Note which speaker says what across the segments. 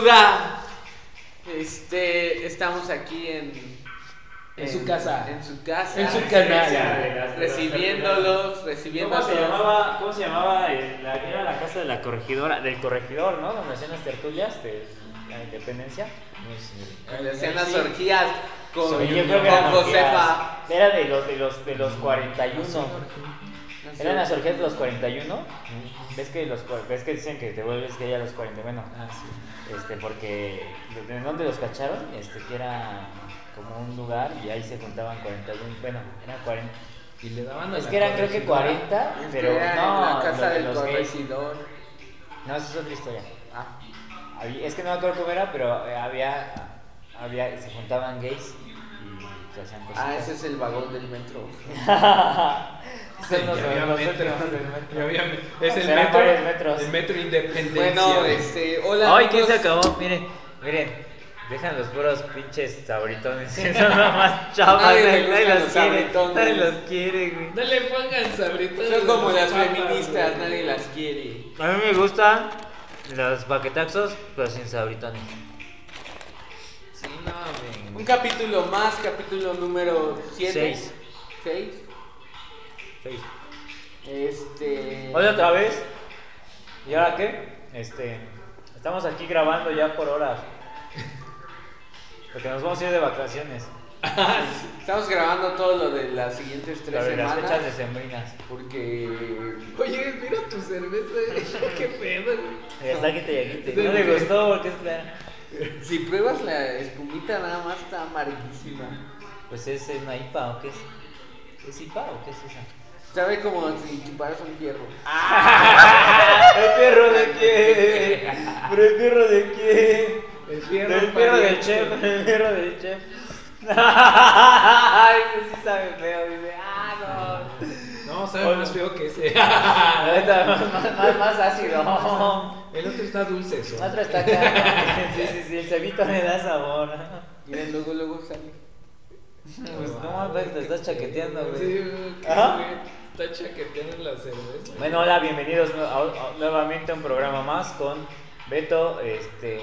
Speaker 1: banda. Este, estamos aquí en,
Speaker 2: En su casa.
Speaker 1: En su casa.
Speaker 2: En su
Speaker 3: La
Speaker 2: canal.
Speaker 3: esencia de las- de las
Speaker 1: Recibiéndolos,
Speaker 3: tertulias.
Speaker 1: recibiendo
Speaker 3: ¿Cómo se
Speaker 1: a todos.
Speaker 3: llamaba, cómo se llamaba el- la, era la casa de la corregidora, del corregidor, ¿no? Donde hacían las tertulias de la independencia.
Speaker 2: Pues, eh,
Speaker 1: Le hacían las orgías con,
Speaker 3: Soy-
Speaker 1: con
Speaker 3: eran
Speaker 1: Josefa.
Speaker 3: orgías. Era de los, de los, de los 41.
Speaker 1: No sé.
Speaker 3: ¿Eran las orgías de los 41? ¿Ves que, los, cua- ves que dicen que te vuelves que a los 40? Bueno,
Speaker 2: Ah, sí.
Speaker 3: este, porque ¿de dónde los cacharon? Este, que era como un lugar y ahí se juntaban 41, bueno, eran 40.
Speaker 2: Y le daban a
Speaker 3: Es
Speaker 2: la
Speaker 3: que eran creo que
Speaker 2: corregidora.
Speaker 3: 40,
Speaker 1: Es que
Speaker 3: pero
Speaker 1: Este, era en
Speaker 3: no,
Speaker 1: la
Speaker 3: lo
Speaker 1: casa
Speaker 3: de
Speaker 1: del
Speaker 3: los gays. Pues
Speaker 1: corregidor.
Speaker 3: No, esa es otra historia.
Speaker 1: Ah,
Speaker 3: Había- Es que no me acuerdo cómo era, pero eh, había, había, se juntaban gays y se hacían cosas.
Speaker 1: ah, ese es el vagón del metro.
Speaker 3: Son los-
Speaker 2: Ya había
Speaker 3: los
Speaker 2: metro,
Speaker 3: otros del
Speaker 2: ya
Speaker 3: metro.
Speaker 2: había me- es el
Speaker 3: Serán
Speaker 2: metro,
Speaker 3: varios metros.
Speaker 2: el metro Independencia.
Speaker 1: Bueno,
Speaker 2: güey.
Speaker 1: este, hola.
Speaker 3: Ay, ¿quién se
Speaker 1: amigos.
Speaker 3: acabó? Miren, miren. Dejan los puros pinches sabritones. Son nada más chavas.
Speaker 1: Nadie le
Speaker 3: Nadie, nadie
Speaker 1: gustan
Speaker 3: los,
Speaker 1: los
Speaker 3: quiere.
Speaker 1: sabritones.
Speaker 3: Nadie los quiere, güey.
Speaker 2: No le pongan sabritos.
Speaker 1: Son como
Speaker 2: los
Speaker 1: las
Speaker 2: papas,
Speaker 1: feministas,
Speaker 2: güey.
Speaker 1: nadie las quiere.
Speaker 3: A mí me gustan los paquetaxos, pero sin sabritones.
Speaker 2: Sí, no,
Speaker 1: Un
Speaker 2: güey.
Speaker 1: capítulo más, capítulo número 7.
Speaker 3: Seis.
Speaker 1: 6.
Speaker 3: Sí.
Speaker 1: Este.
Speaker 3: Hola otra vez. ¿Y ahora qué? Este. Estamos aquí grabando ya por horas. Porque nos vamos a ir de vacaciones.
Speaker 1: Estamos grabando todo lo de las siguientes tres
Speaker 3: Pero en las
Speaker 1: semanas.
Speaker 3: fechas decembrinas.
Speaker 1: Porque.
Speaker 2: Oye, mira tu cerveza, güey. qué pedo, güey.
Speaker 3: Está que te llegué.
Speaker 2: Sí,
Speaker 3: No le
Speaker 2: güey.
Speaker 3: gustó porque es clara.
Speaker 1: Si pruebas la espumita, nada más está amarguísima.
Speaker 3: Pues es una IPA o qué es. ¿Es IPA o qué es esa?
Speaker 1: Sabe como si chuparas un hierro.
Speaker 3: ¿El perro de quién? ¿Pero el perro de quién?
Speaker 2: El fierro
Speaker 3: El perro del
Speaker 2: pariente.
Speaker 3: chef, el perro del chef. Ay, sí sabe feo, dice. Ah, no.
Speaker 2: No, sabe
Speaker 3: Hola.
Speaker 2: más feo que ese.
Speaker 3: Ahorita Ah, más, más, más, más ácido.
Speaker 2: El otro está dulce, eso.
Speaker 3: Otra está acá. Sí, sí, sí, el cebito le da sabor.
Speaker 1: Miren, luego, luego sale.
Speaker 3: Pues, ¿Cómo ves? Te estás chaqueteando, güey.
Speaker 2: Sí, güey, qué
Speaker 3: Ajá.
Speaker 2: güey. Está chaqueteando la cerveza.
Speaker 3: Bueno, hola, bienvenidos nue- a- a- nuevamente a un programa más con Beto, este,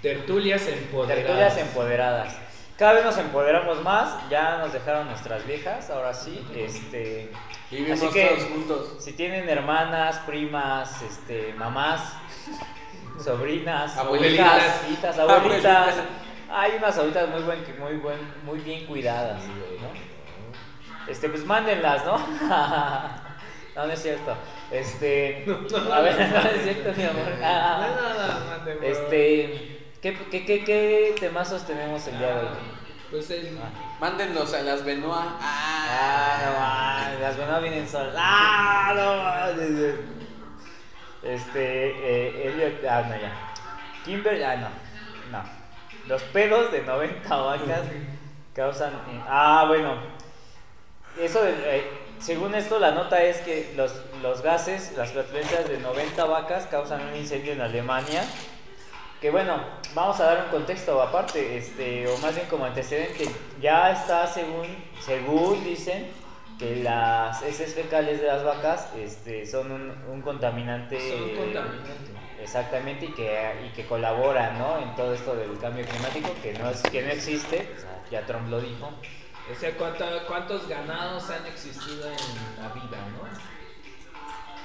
Speaker 2: Tertulias empoderadas.
Speaker 3: Tertulias Empoderadas. Cada vez nos empoderamos más, ya nos dejaron nuestras viejas, ahora sí, este,
Speaker 1: Vivimos
Speaker 3: Así que-
Speaker 1: todos juntos.
Speaker 3: si tienen hermanas, primas, este, mamás, sobrinas,
Speaker 1: Abuelitas.
Speaker 3: abuelitas, hijas, abuelitas,
Speaker 1: Abuelitas.
Speaker 3: hay unas abuelitas muy buen, muy buen, muy bien cuidadas, ¿no? Este, pues mándenlas, ¿no? No, no es cierto. Este, a ver, no es cierto, mi amor.
Speaker 2: No,
Speaker 3: Ah.
Speaker 2: nada más de huevo.
Speaker 3: Este, ¿qué, qué, qué, qué temazos tenemos el día de hoy?
Speaker 2: Pues el.
Speaker 3: Ah,
Speaker 1: Mándenlos a las Benoit.
Speaker 3: Ah, no
Speaker 1: Ah,
Speaker 3: mames, las buenas vienen solas. Ah, no mames. Este, eh, Elliot, ah, no, ya. Kimber, ah, no, no. Los pedos de 90 vacas causan. Ah, bueno. Eso, del- eh, según esto, la nota es que los, los gases, las flatulencias de 90 vacas causan un incendio en Alemania. Que bueno, vamos a dar un contexto aparte, este, o más bien como antecedente. Ya está según, según dicen, que las heces fecales de las vacas este, son un, un contaminante.
Speaker 2: Son contaminantes.
Speaker 3: Exactamente, y que, y que colabora ¿no? en todo esto del cambio climático, que no, es, que no existe, o sea, ya Trump lo dijo.
Speaker 2: O sea, ¿cuánta- ¿cuántos ganados han existido en la vida, no?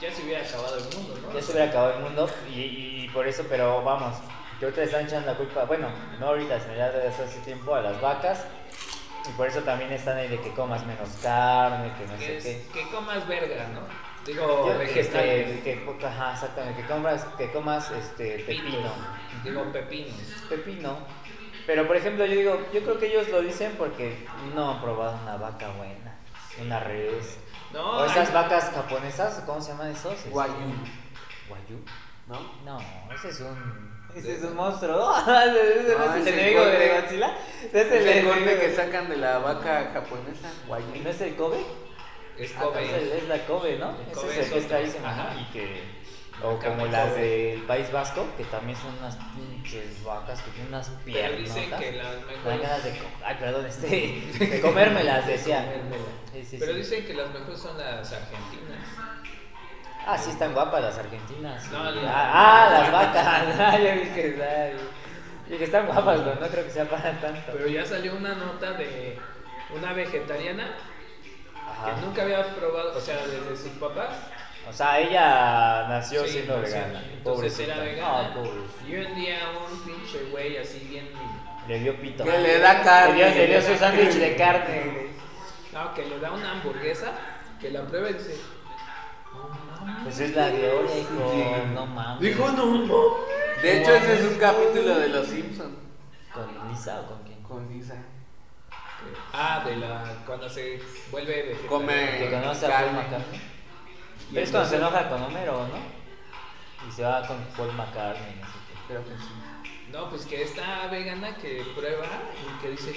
Speaker 2: Ya se hubiera acabado el mundo, ¿no?
Speaker 3: Ya se hubiera acabado el mundo y, y- y por eso, pero vamos, que ahorita le están echando la culpa, bueno, no ahorita, sino ya desde hace tiempo a las vacas y por eso también están ahí de que comas menos carne, que no
Speaker 2: que,
Speaker 3: sé
Speaker 2: es-
Speaker 3: qué.
Speaker 2: que comas verga, ¿no? Digo,
Speaker 3: Yo-
Speaker 2: vegetales.
Speaker 3: este, que, co- ajá, exactamente, que comas, que comas este, pepino.
Speaker 2: Pitos. Digo, pepinos.
Speaker 3: Pepino. Pero por ejemplo, yo digo, yo creo que ellos lo dicen porque no han probado una vaca buena, una res.
Speaker 2: No,
Speaker 3: o esas
Speaker 2: hay-
Speaker 3: vacas japonesas, ¿cómo se llaman esos? Este,
Speaker 1: Guayú,
Speaker 3: Guayú.
Speaker 1: ¿no?
Speaker 3: No, ese es un. Ese
Speaker 2: De-
Speaker 3: es un monstruo. ese ese no,
Speaker 1: No,
Speaker 3: es
Speaker 1: es
Speaker 3: el
Speaker 1: el
Speaker 3: enemigo de
Speaker 1: corte.
Speaker 3: Godzilla. Ese es el
Speaker 1: Es el
Speaker 3: enemigo
Speaker 1: corte que
Speaker 3: de-
Speaker 1: sacan de la vaca japonesa.
Speaker 3: ¿Y
Speaker 1: Guayú.
Speaker 3: ¿No es el Kobe?
Speaker 2: Es
Speaker 3: Ah, no, es, el-
Speaker 2: Kobe.
Speaker 3: es la Kobe, ¿no?
Speaker 2: El
Speaker 3: Ese
Speaker 2: Kobe
Speaker 3: es
Speaker 2: es
Speaker 3: el que es
Speaker 2: otro.
Speaker 3: carísimo.
Speaker 2: Ajá.
Speaker 3: Y que. O
Speaker 2: Acá
Speaker 3: como
Speaker 2: el
Speaker 3: las
Speaker 2: Kobe.
Speaker 3: del País Vasco, que también son unas pinches vacas que tienen unas
Speaker 2: Pero
Speaker 3: piernas.
Speaker 2: dicen que las
Speaker 3: Dan
Speaker 2: mejores.
Speaker 3: ganas de. co- Ay, perdón, este. De comérmelas, decía.
Speaker 2: comérmelas.
Speaker 3: Sí, sí,
Speaker 2: Pero
Speaker 3: sí.
Speaker 2: dicen que las mejores son las argentinas.
Speaker 3: Ah, sí, están guapas las argentinas.
Speaker 2: No,
Speaker 3: ah,
Speaker 2: las-
Speaker 3: ah, las vacas. Ay, yo dije, ay. Y que están guapas, pero no creo que sea para tanto.
Speaker 2: Pero ya salió una nota de una vegetariana
Speaker 1: Ah.
Speaker 3: Ajá.
Speaker 2: que nunca había probado, o sea, desde sus papás.
Speaker 3: O sea, ella nació
Speaker 2: Sí,
Speaker 3: siendo
Speaker 2: nació.
Speaker 3: vegana.
Speaker 2: Entonces
Speaker 3: Pobrecita.
Speaker 2: era
Speaker 1: Ah,
Speaker 2: vegana.
Speaker 3: No, pobrecita.
Speaker 2: Y un día un pinche güey así bien...
Speaker 3: Le dio pito.
Speaker 1: Que le da carne.
Speaker 3: Le dio, le dio su sándwich de carne, güey.
Speaker 2: No, que le da una hamburguesa, que la prueba y dice...
Speaker 3: Pues es la gloria, hijo.
Speaker 1: Sí.
Speaker 3: No mames.
Speaker 1: Dijo no, no. De hecho, ese es un capítulo de Los Simpsons.
Speaker 3: ¿Con Lisa o con quién?
Speaker 1: Con Lisa.
Speaker 2: que- Ah, de la... cuando se vuelve vegetariana.
Speaker 1: Come.
Speaker 3: Que conoce a
Speaker 1: Carne.
Speaker 3: Paul McCartney.
Speaker 2: Y
Speaker 3: Pero es cuando se
Speaker 2: entonces-
Speaker 3: enoja con Homero, ¿no? Y se va con Paul McCartney. no sé qué.
Speaker 1: Creo que sí.
Speaker 2: No, pues que esta vegana que prueba y que dice,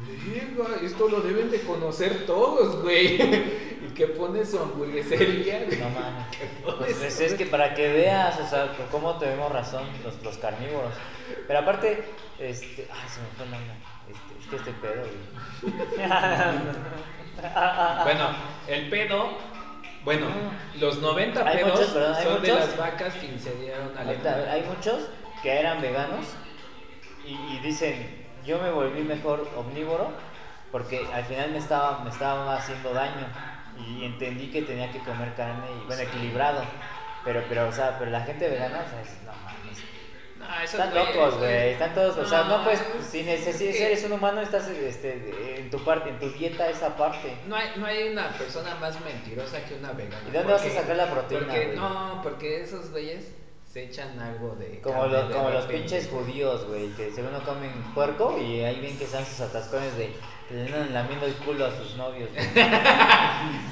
Speaker 2: "Verga, esto lo deben de conocer todos, güey. y que pone su hamburguesería, güey.
Speaker 3: No mames.
Speaker 2: Que pone
Speaker 3: Pues, pues,
Speaker 2: su-
Speaker 3: es que para que veas, o sea, por cómo tenemos razón los, los carnívoros. Pero aparte, este. Ay, se me fue la onda. Este, es que este pedo, güey.
Speaker 2: Bueno, el pedo, bueno, los 90
Speaker 3: Ah. Hay
Speaker 2: pedos
Speaker 3: muchos, ¿verdad? Hay
Speaker 2: son de
Speaker 3: muchos.
Speaker 2: las vacas que incendiaron a
Speaker 3: Ahorita,
Speaker 2: Alemania.
Speaker 3: hay muchos que eran veganos y, y dicen, yo me volví mejor omnívoro porque al final me estaba, me estaba haciendo daño y entendí que tenía que comer carne y bueno, equilibrado. Pero, pero, o sea, pero la gente vegana, o sea, es- no mames.
Speaker 2: No, esos
Speaker 3: Están
Speaker 2: güeyes,
Speaker 3: locos, güey. Están todos, o sea, no, pues,
Speaker 2: Ah, es
Speaker 3: si, neces- si
Speaker 2: que
Speaker 3: eres un humano, estás este, en tu parte, en tu dieta, esa parte.
Speaker 2: No hay, no hay una persona más mentirosa que una vegana.
Speaker 3: ¿Y dónde vas a
Speaker 2: porque-
Speaker 3: sacar la proteína,
Speaker 2: porque-
Speaker 3: güey?
Speaker 2: no, porque esos güeyes se echan algo de.
Speaker 3: Como,
Speaker 2: carne
Speaker 3: los-
Speaker 2: de
Speaker 3: como los
Speaker 2: repente.
Speaker 3: pinches judíos, güey, que según no comen puerco y ahí ven que están sus atascones de que le andan lamiendo el culo a sus novios.
Speaker 2: Que
Speaker 3: güey.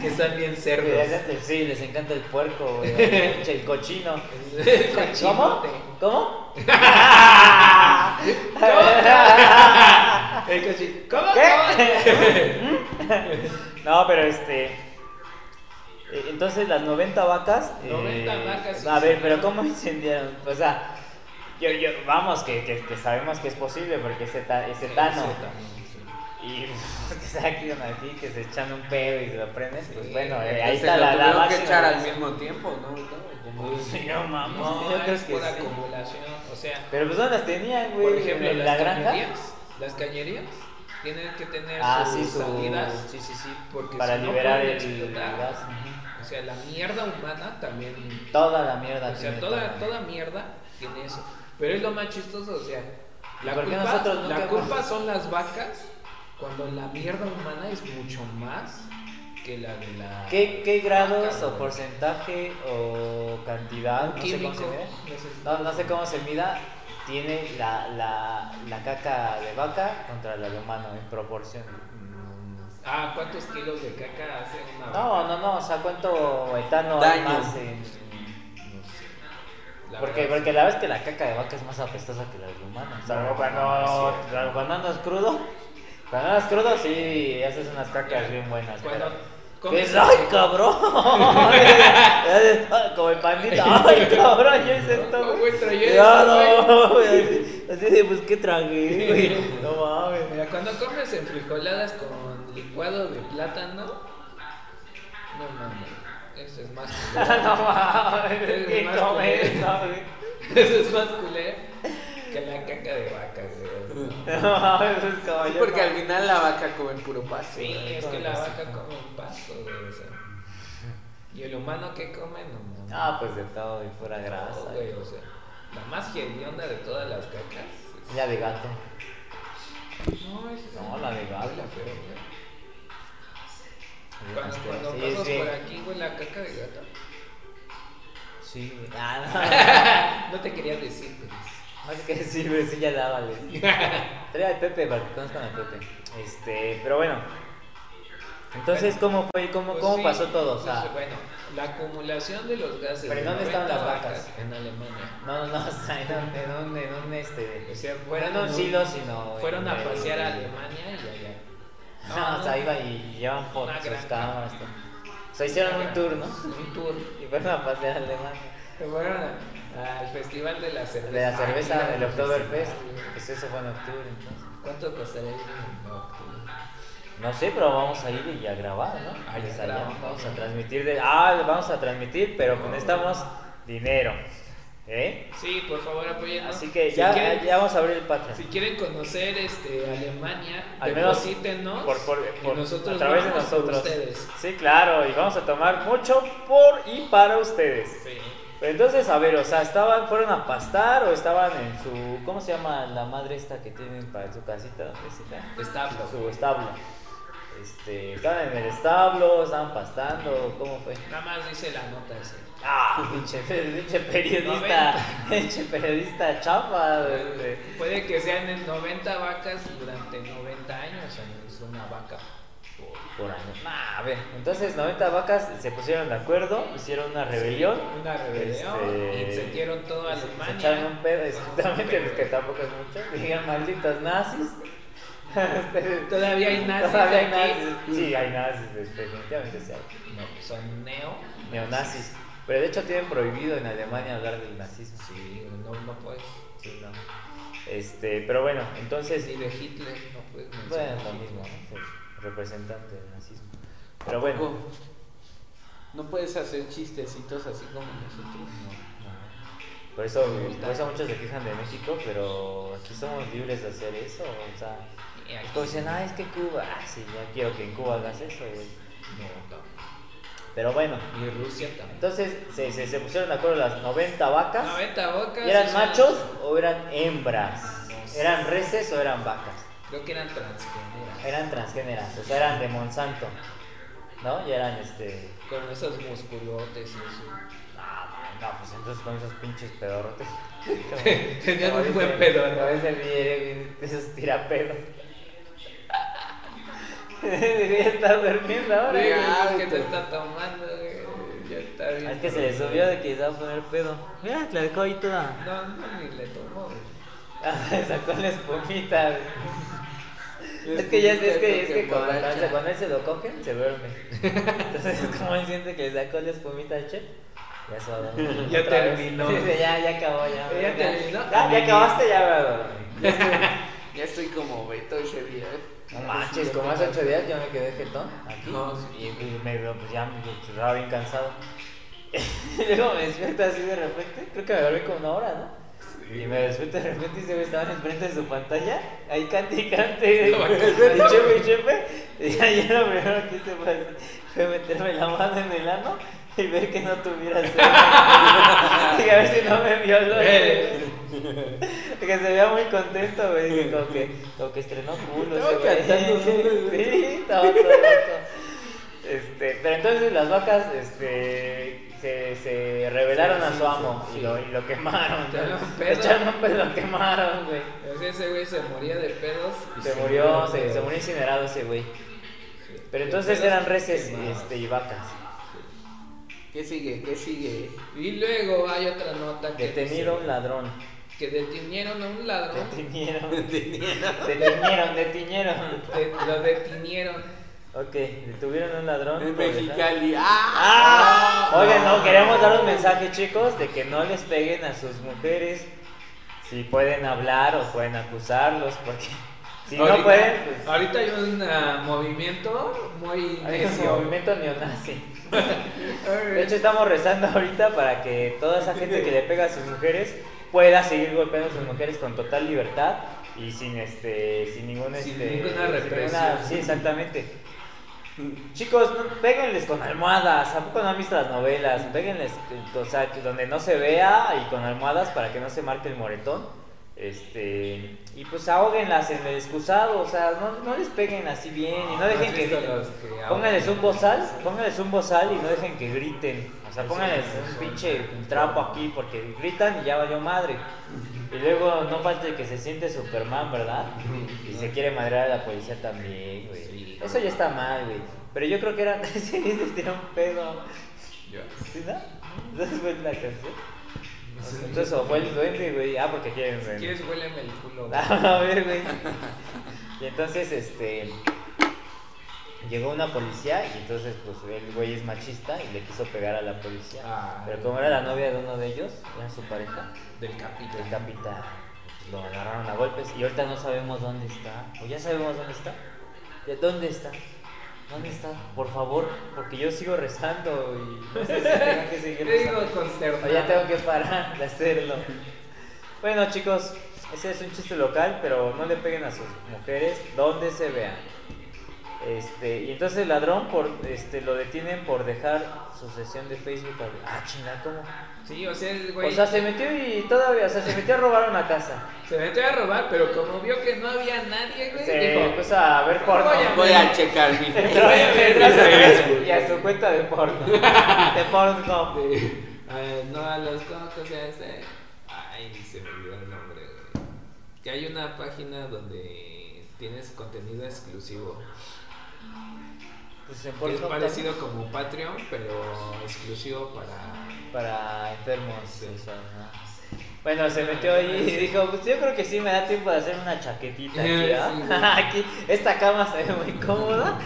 Speaker 2: están bien
Speaker 3: Que les
Speaker 2: cerdos.
Speaker 3: encanta el- sí, les encanta el puerco, güey, el pinche- el cochino.
Speaker 2: El
Speaker 3: ¿Cómo?
Speaker 2: cochinote.
Speaker 3: ¿Cómo?
Speaker 2: El cochi- ¿Cómo?
Speaker 3: ¿Qué? no, pero este... eh, Entonces las 90 vacas... eh,
Speaker 2: 90 vacas
Speaker 3: A ver,
Speaker 2: incendiaron.
Speaker 3: pero ¿cómo incendiaron? O sea, yo, yo, vamos, que, que- que sabemos que es posible porque ese, ta- ese Tano... Y pues, que sacan aquí, que se echan un pedo y se lo prenden, pues
Speaker 2: Sí,
Speaker 3: bueno, eh,
Speaker 2: entonces
Speaker 3: ahí
Speaker 1: Se
Speaker 3: está
Speaker 1: Este, lo
Speaker 3: la, la
Speaker 1: tuvieron que
Speaker 3: máxima
Speaker 1: echar al
Speaker 3: razón.
Speaker 1: mismo tiempo, ¿no? ¿No? Como-
Speaker 3: Pues Sí, no mames,
Speaker 2: No,
Speaker 3: yo creo
Speaker 2: es
Speaker 3: que
Speaker 2: por
Speaker 3: sí.
Speaker 2: acumulación. O sea,
Speaker 3: Pero pues ¿dónde las tenían, güey?
Speaker 2: por ejemplo,
Speaker 3: ¿En la
Speaker 2: las
Speaker 3: granja?
Speaker 2: cañerías. Las cañerías tienen que tener
Speaker 3: Ah,
Speaker 2: sus
Speaker 3: sí, su...
Speaker 2: salidas.
Speaker 3: Sí, sí, sí.
Speaker 2: porque
Speaker 3: para
Speaker 2: si no
Speaker 3: liberar
Speaker 2: pueden
Speaker 3: el
Speaker 2: explotar.
Speaker 3: gas. ujú.
Speaker 2: O sea, la mierda humana también.
Speaker 3: Toda la mierda.
Speaker 2: O sea,
Speaker 3: tiene
Speaker 2: toda,
Speaker 3: todo.
Speaker 2: toda mierda tiene eso. Pero es lo más chistoso, o sea, la
Speaker 3: ¿Por qué
Speaker 2: culpa,
Speaker 3: nosotros nunca
Speaker 2: la
Speaker 3: hemos-
Speaker 2: culpa son las vacas cuando la mierda humana es mucho más que la de la.
Speaker 3: ¿Qué,
Speaker 2: Ah,
Speaker 3: ¿Qué grados
Speaker 2: vaca,
Speaker 3: o
Speaker 2: güey.
Speaker 3: porcentaje o cantidad,
Speaker 2: Un
Speaker 3: no sé
Speaker 2: químico,
Speaker 3: cómo se mide,
Speaker 2: no sé.
Speaker 3: no, no sé cómo se mida, tiene la, la, la caca de vaca contra la de humano en proporción?
Speaker 2: Ah, ¿cuántos kilos de caca hace una
Speaker 3: No,
Speaker 2: vaca?
Speaker 3: no, no, o sea, cuánto etano
Speaker 1: Daño.
Speaker 3: más en...
Speaker 2: No sé. La
Speaker 3: Porque,
Speaker 2: verdad,
Speaker 3: porque la vez que la caca de vaca es más apestosa que la del humano. O sea,
Speaker 2: No,
Speaker 3: cuando,
Speaker 2: no es cierto.
Speaker 3: cuando andas crudo, cuando andas crudo sí haces unas cacas bien buenas.
Speaker 2: Cuando
Speaker 3: pero...
Speaker 2: comes-
Speaker 3: Es, ¡Ay, cabrón! Como el pandita, ¡ay, cabrón! Yo hice esto,
Speaker 2: No,
Speaker 3: güey.
Speaker 2: güey, traía eso,
Speaker 3: Ya, no, güey. Así- Así de, pues, ¿qué tragué, güey? No mames.
Speaker 2: Mira, cuando comes en frijoladas con licuado de plátano, no mames, eso es más culero.
Speaker 3: No mames,
Speaker 2: Es
Speaker 3: ¿qué
Speaker 2: más
Speaker 3: comes,
Speaker 2: culero.
Speaker 3: güey?
Speaker 2: Eso es más culero que la caca de vaca, güey.
Speaker 3: No mames, es como
Speaker 1: Sí,
Speaker 3: yo
Speaker 1: porque
Speaker 3: no-
Speaker 1: al final la vaca come puro pasto.
Speaker 2: Sí,
Speaker 1: ¿verdad?
Speaker 2: es que la vaca come un pasto, güey. o sea. Y el humano que come, no mames.
Speaker 3: Ah, pues de todo y fuera grasa.
Speaker 2: No, Oh, güey, o sea, la más hedionda de todas las cacas.
Speaker 3: La de gato.
Speaker 2: es- No, es
Speaker 3: No, la de gato.
Speaker 2: la feo, güey.
Speaker 3: Sí,
Speaker 2: Cuando, cuando
Speaker 3: Este, sí,
Speaker 2: pasas
Speaker 3: sí.
Speaker 2: por aquí, güey, la caca de gato.
Speaker 3: Sí, güey. Ah,
Speaker 2: No te quería decir, güey.
Speaker 3: no. Es que sí, güey, sí, ya la vale. Trae al Pepe para que conozcan al Pepe. Este, pero bueno. Entonces, ¿cómo fue? ¿Cómo,
Speaker 2: Pues
Speaker 3: cómo
Speaker 2: sí,
Speaker 3: pasó todo? O sea,
Speaker 2: entonces, bueno, la acumulación de los gases.
Speaker 3: ¿Pero
Speaker 2: de
Speaker 3: dónde estaban
Speaker 2: 90
Speaker 3: las vacas?
Speaker 2: En Alemania.
Speaker 3: no, no, o sea, en un, en un, en un, este.
Speaker 2: O sea,
Speaker 3: Bueno,
Speaker 2: fueron,
Speaker 3: no en
Speaker 2: un-
Speaker 3: un silo, sino.
Speaker 2: fueron
Speaker 3: en
Speaker 2: a
Speaker 3: el-
Speaker 2: pasear a Alemania y allá.
Speaker 3: No, o sea, iba y llevan fotos,
Speaker 2: Una
Speaker 3: sus
Speaker 2: granja.
Speaker 3: cámaras. todo. O sea, hicieron un tour, ¿no?
Speaker 2: Un tour.
Speaker 3: Y fueron a pasear a Alemania.
Speaker 2: Se Fueron a- al festival de la cerveza.
Speaker 3: De la cerveza
Speaker 2: Ah,
Speaker 3: del
Speaker 2: mira,
Speaker 3: Oktoberfest.
Speaker 2: festival.
Speaker 3: Pues eso fue en octubre, entonces.
Speaker 2: ¿Cuánto costaría ir en octubre?
Speaker 3: No sé, pero vamos a ir y a grabar, ¿no?
Speaker 2: Ah, ya
Speaker 3: Pues allá
Speaker 2: grabamos.
Speaker 3: vamos a transmitir de... Ah, vamos a transmitir, pero
Speaker 2: No,
Speaker 3: necesitamos dinero. ¿Eh?
Speaker 2: Sí, por favor, apóyennos.
Speaker 3: Así que
Speaker 2: Si
Speaker 3: ya,
Speaker 2: quieren-
Speaker 3: ya vamos a abrir el Patreon.
Speaker 2: Si quieren conocer este, Alemania,
Speaker 3: Al menos
Speaker 2: deposítenos
Speaker 3: por- por-
Speaker 2: y
Speaker 3: por-
Speaker 2: nosotros
Speaker 3: a través de
Speaker 2: vamos por
Speaker 3: nosotros.
Speaker 2: ustedes.
Speaker 3: Sí, claro, y vamos a tomar mucho por y para ustedes.
Speaker 2: Sí.
Speaker 3: Pero entonces, a ver, o sea, estaban, fueron a pastar o estaban en su, ¿cómo se llama la madre esta que tienen para su casita? ¿Dónde se llama?
Speaker 2: Establo.
Speaker 3: Su establo. Este, estaban en el establo, estaban pastando, ¿cómo fue?
Speaker 2: Nada más dice la nota ese.
Speaker 3: Ah, pinche, pe- pinche periodista, pinche periodista chapa, este.
Speaker 2: Puede que sean en 90 vacas durante 90 años, o es una vaca. por-
Speaker 3: Por año. Nah, a ver, entonces 90 vacas se pusieron de acuerdo, hicieron una rebelión.
Speaker 2: Una rebelión,
Speaker 3: Este,
Speaker 2: incendiaron toda
Speaker 3: Se
Speaker 2: Alemania.
Speaker 3: echaron un pedo, exactamente, pues, que tampoco es mucho. Digan, malditos nazis. Este,
Speaker 2: Todavía hay nazis
Speaker 3: Todavía hay
Speaker 2: aquí.
Speaker 3: nazis. Sí, hay nazis, este, definitivamente sí hay.
Speaker 2: No, pues son neo.
Speaker 3: Neonazis. Pero de hecho tienen prohibido en Alemania hablar del nazismo.
Speaker 2: Sí, no, no puedes.
Speaker 3: Sí, no. Este, pero bueno, entonces
Speaker 2: Ni de Hitler no puedes
Speaker 3: Bueno,
Speaker 2: mencionar
Speaker 3: es lo
Speaker 2: Hitler.
Speaker 3: mismo, ¿no? El representante del nazismo. Pero bueno.
Speaker 1: Tampoco. No puedes hacer chistecitos así como nosotros.
Speaker 3: no, no. Por eso, por eso muchos se quejan de México, pero aquí somos libres de hacer eso. O sea,
Speaker 2: Y aquí-
Speaker 3: es como dicen, ah, es que Cuba. Ah, sí, ya quiero que en Cuba hagas eso. güey".
Speaker 2: No,
Speaker 3: Pero bueno,
Speaker 2: no. Y Rusia también.
Speaker 3: entonces se, se, se pusieron de acuerdo las 90 vacas.
Speaker 2: 90 vacas.
Speaker 3: ¿Y eran
Speaker 2: o sea,
Speaker 3: machos o eran hembras?
Speaker 2: No sé.
Speaker 3: ¿Eran reses o eran vacas?
Speaker 2: Creo que eran transgéneras.
Speaker 3: Eran transgéneras, o sea, eran de Monsanto. ¿No? Y eran este.
Speaker 2: Con esos musculotes y eso.
Speaker 3: Ah, No, pues entonces con esos pinches pedorrotes.
Speaker 2: Tenían
Speaker 3: Como
Speaker 2: un buen
Speaker 3: dice-
Speaker 2: pedo,
Speaker 3: como
Speaker 2: ¿no?
Speaker 3: dice el Miguel, esos tirapedos. Debería estar durmiendo ahora.
Speaker 1: Güey,
Speaker 3: güey.
Speaker 1: ah,
Speaker 2: es que te
Speaker 1: güey.
Speaker 2: está tomando, güey. Ya está bien.
Speaker 3: Es que se le subió de que se va a poner pedo. Mira, la dejó ahí toda.
Speaker 2: No, no, ni le tomó, güey.
Speaker 3: Ah, Sacó la espumita. güey.
Speaker 1: La
Speaker 3: Es que ya es
Speaker 1: espumita
Speaker 3: que, es
Speaker 1: que
Speaker 3: que cuando,
Speaker 1: emborracha.
Speaker 3: cuando- cuando él se lo cogen, se duerme. Entonces, como él siente que le sacó la espumita al chef, ya se va a dormir.
Speaker 2: Ya
Speaker 3: Otra vez.
Speaker 2: terminó.
Speaker 3: Sí, sí, ya, ya acabó, ya.
Speaker 2: Ya terminó.
Speaker 3: Ya, ya acabaste, ya me voy a dormir.
Speaker 1: Ya estoy como Beto Echeverría. ¿eh?
Speaker 3: No manches, como hace 8 días yo me quedé jetón aquí.
Speaker 1: No,
Speaker 3: y, y me pues ya me- pues, estaba bien cansado. y luego me despierto así de repente, creo que me dormí como una hora, ¿no? Y me despierto de repente y se me estaban enfrente de su pantalla, ahí cante y cante, y
Speaker 2: Estaba
Speaker 3: chepe y chepe. Y ya yo lo primero que hice fue, fue meterme la mano en el ano y ver que no tuviera sed. y a ver si no me violó.
Speaker 2: Eh.
Speaker 3: Que se veía muy contento, güey. que Como que, como que estrenó culo.
Speaker 1: Estaba
Speaker 3: ese güey.
Speaker 1: cantando solo, güey.
Speaker 3: Sí, estaba todo loco. Este, pero entonces las vacas este, se, se rebelaron
Speaker 2: Sí,
Speaker 3: a
Speaker 2: sí,
Speaker 3: su amo
Speaker 2: sí, sí.
Speaker 3: y, lo, y lo quemaron.
Speaker 2: Te dieron
Speaker 3: ¿no?
Speaker 2: pedo.
Speaker 3: Echaron un pedo, lo quemaron, güey.
Speaker 2: O sea, pues ese güey se moría de pedos. y
Speaker 3: Se murió, se,
Speaker 2: de-
Speaker 3: se murió incinerado ese güey.
Speaker 2: Sí.
Speaker 3: Pero
Speaker 2: De
Speaker 3: entonces
Speaker 2: pedos
Speaker 3: eran reses
Speaker 2: quemados.
Speaker 3: este, y vacas.
Speaker 1: ¿Qué sigue? ¿Qué sigue?
Speaker 2: Y luego hay otra nota que.
Speaker 3: Detenido un
Speaker 2: dice
Speaker 3: ladrón.
Speaker 2: Que detenieron a un ladrón.
Speaker 3: Detenieron.
Speaker 1: Tenía-
Speaker 3: Detinieron, detinieron.
Speaker 2: de- lo detinieron.
Speaker 3: Ok, detuvieron a un ladrón.
Speaker 1: En
Speaker 3: por dejar-
Speaker 1: Mexicali. ¡Ah!
Speaker 3: ¡Ah! Oigan, no, queremos dar un mensaje, chicos, de que no les peguen a sus mujeres. Si pueden hablar o pueden acusarlos, porque si no
Speaker 2: Ahorita-
Speaker 3: pueden, pues.
Speaker 2: Ahorita hay un ah, movimiento muy
Speaker 3: Hay un
Speaker 2: necio.
Speaker 3: movimiento neonazi. De hecho, estamos rezando ahorita para que toda esa gente que le pega a sus mujeres pueda seguir golpeando a sus mujeres con total libertad y sin este sin ningún
Speaker 2: Sin
Speaker 3: este
Speaker 2: ninguna represión.
Speaker 3: sí, exactamente. Chicos, no, péguenles con almohadas, ¿a poco no han visto las novelas? Péguenles, eh, o sea, que donde no se vea y con almohadas para que no se marque el moretón. Este, y pues ahóguenlas en el excusado, o sea, no, no les peguen así bien y no
Speaker 2: ¿No Ah, has
Speaker 3: dejen que,
Speaker 2: visto
Speaker 3: griten.
Speaker 2: los que
Speaker 3: Pónganles
Speaker 2: ahogan?
Speaker 3: un bozal, pónganles un bozal y no dejen que griten. O sea, pónganles un pinche trapo aquí porque gritan y ya valió madre. Y luego no falta el que se siente Superman, ¿verdad? Y se quiere madrear a la policía también, güey. Eso ya está mal, güey. Pero yo creo que era. Sí, se tiró un pedo.
Speaker 2: Yo.
Speaker 3: ¿Sí, no? Entonces fue la canción. Entonces, o fue el duende, güey. Ah, porque quieren
Speaker 2: Si
Speaker 3: duende.
Speaker 2: quieres, huéleme el culo. güey.
Speaker 3: Ah, A ver, güey. Y entonces, este. Llegó una policía y entonces, pues el güey es machista y le quiso pegar a la policía.
Speaker 2: Ah.
Speaker 3: Pero como era la novia de uno de ellos, era su pareja,
Speaker 2: Del capitán.
Speaker 3: el capitán pues, lo agarraron a golpes y ahorita no sabemos dónde está. O ya sabemos dónde está. ¿De dónde está? ¿Dónde está? Por favor, porque yo sigo rezando y no sé si tengo que seguir rezando. O ya tengo que parar de hacerlo. Bueno, chicos, ese es un chiste local, pero no le peguen a sus mujeres donde se vean. Este, y entonces el ladrón por, este, lo detienen por dejar su sesión de Facebook. abierta. Ah, chingada, ¿cómo?
Speaker 2: Sí, o sea, el güey
Speaker 3: O sea, se metió y todavía, o sea, se metió a robar una casa.
Speaker 2: se metió a robar, pero como vio que no había nadie, güey,
Speaker 3: Se
Speaker 2: dijo,
Speaker 3: puso a ver porno.
Speaker 2: Voy a-
Speaker 1: Voy a checar mi
Speaker 3: Entró a ver a su Facebook y a su cuenta de porno. De porno.
Speaker 2: de- a- no a los cocos, ya sé. Ay, se me olvidó el nombre, güey. Que hay una página donde tienes contenido exclusivo.
Speaker 3: Pues en
Speaker 2: Que es
Speaker 3: porno.
Speaker 2: parecido como Patreon, pero exclusivo para.
Speaker 3: Para enfermos. o sea, ¿no? Bueno, se metió ahí y dijo, pues yo creo que sí me da tiempo de hacer una chaquetita aquí, ¿ah?
Speaker 2: Sí, sí.
Speaker 3: Aquí, esta cama se ve muy cómoda.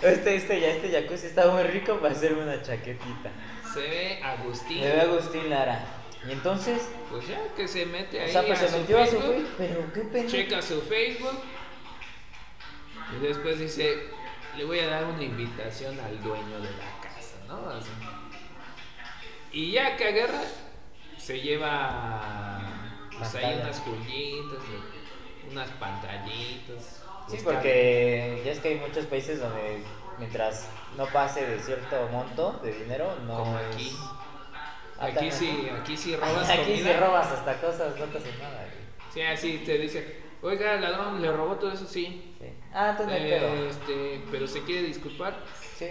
Speaker 3: Este, este, ya, este jacuzzi está muy rico para hacerme una chaquetita.
Speaker 2: Se ve Agustín.
Speaker 3: Me ve Agustín Lara. Y entonces,
Speaker 2: Pues ya que se mete
Speaker 3: o
Speaker 2: ahí.
Speaker 3: sea,
Speaker 2: a
Speaker 3: pues se
Speaker 2: su
Speaker 3: metió a su
Speaker 2: Facebook.
Speaker 3: Facebook, pero qué pendejo.
Speaker 2: checa su Facebook y después dice, le voy a dar una invitación al dueño de la casa, ¿no? Así. Y ya que agarra, se lleva pues ahí
Speaker 3: Pantalla.
Speaker 2: unas joyitas, eh, unas pantallitas.
Speaker 3: Sí,
Speaker 2: buscando.
Speaker 3: porque ya es que hay muchos países donde mientras no pase de cierto monto de dinero, no
Speaker 2: Como
Speaker 3: es-
Speaker 2: aquí.
Speaker 3: Ah,
Speaker 2: Aquí
Speaker 3: también.
Speaker 2: sí, aquí sí robas
Speaker 3: Aquí
Speaker 2: comida.
Speaker 3: se robas hasta cosas, no te hacen nada. güey.
Speaker 2: Sí, así te dice, oiga, ladrón, le robó todo eso, sí.
Speaker 3: Sí. Ah, entonces no hay
Speaker 2: Eh,
Speaker 3: pedo.
Speaker 2: este, pero se quiere disculpar,
Speaker 3: Sí,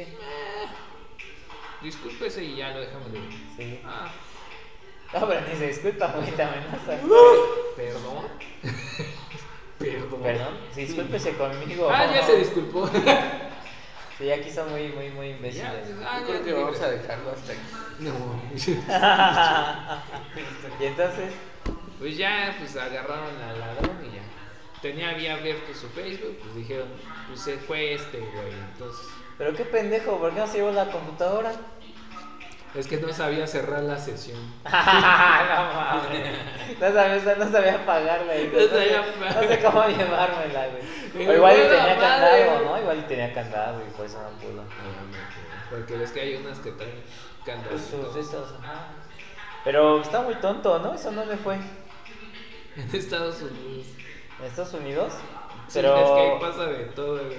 Speaker 2: discúlpese y ya lo dejamos de...
Speaker 3: sí.
Speaker 2: Ah,
Speaker 3: No, pero ni se disculpa, güey, te amenaza.
Speaker 2: Perdón. Perdón.
Speaker 3: Perdón, sí, discúlpese conmigo.
Speaker 2: Ah, ya
Speaker 3: no.
Speaker 2: se disculpó.
Speaker 3: Sí, aquí son muy, muy, muy imbéciles.
Speaker 2: Ya,
Speaker 1: Yo creo que vamos a dejarlo hasta aquí.
Speaker 2: No.
Speaker 3: y entonces,
Speaker 2: Pues ya, pues agarraron al ladrón y ya. Tenía había abierto su Facebook, pues dijeron, pues se fue este güey. Entonces,
Speaker 3: pero qué pendejo, ¿por qué no se llevó la computadora?
Speaker 2: es que no sabía cerrar la sesión.
Speaker 3: no mames. No sabía, no sabía pagarla. güey.
Speaker 2: No sabía
Speaker 3: no sé cómo llevármela, güey. O
Speaker 2: Eh,
Speaker 3: igual y
Speaker 2: buena
Speaker 3: tenía
Speaker 2: madre.
Speaker 3: candado, ¿no? Igual y tenía candado y por eso no pudo.
Speaker 2: Porque ves que hay unas que traen
Speaker 3: Pues sus
Speaker 2: candaditos.
Speaker 3: estos, ajá. Pero está muy tonto, ¿no? Eso no le fue. En
Speaker 2: En Estados Unidos.
Speaker 3: Estados Unidos.
Speaker 2: Sí,
Speaker 3: Pero,
Speaker 2: Es que ahí pasa de todo, güey.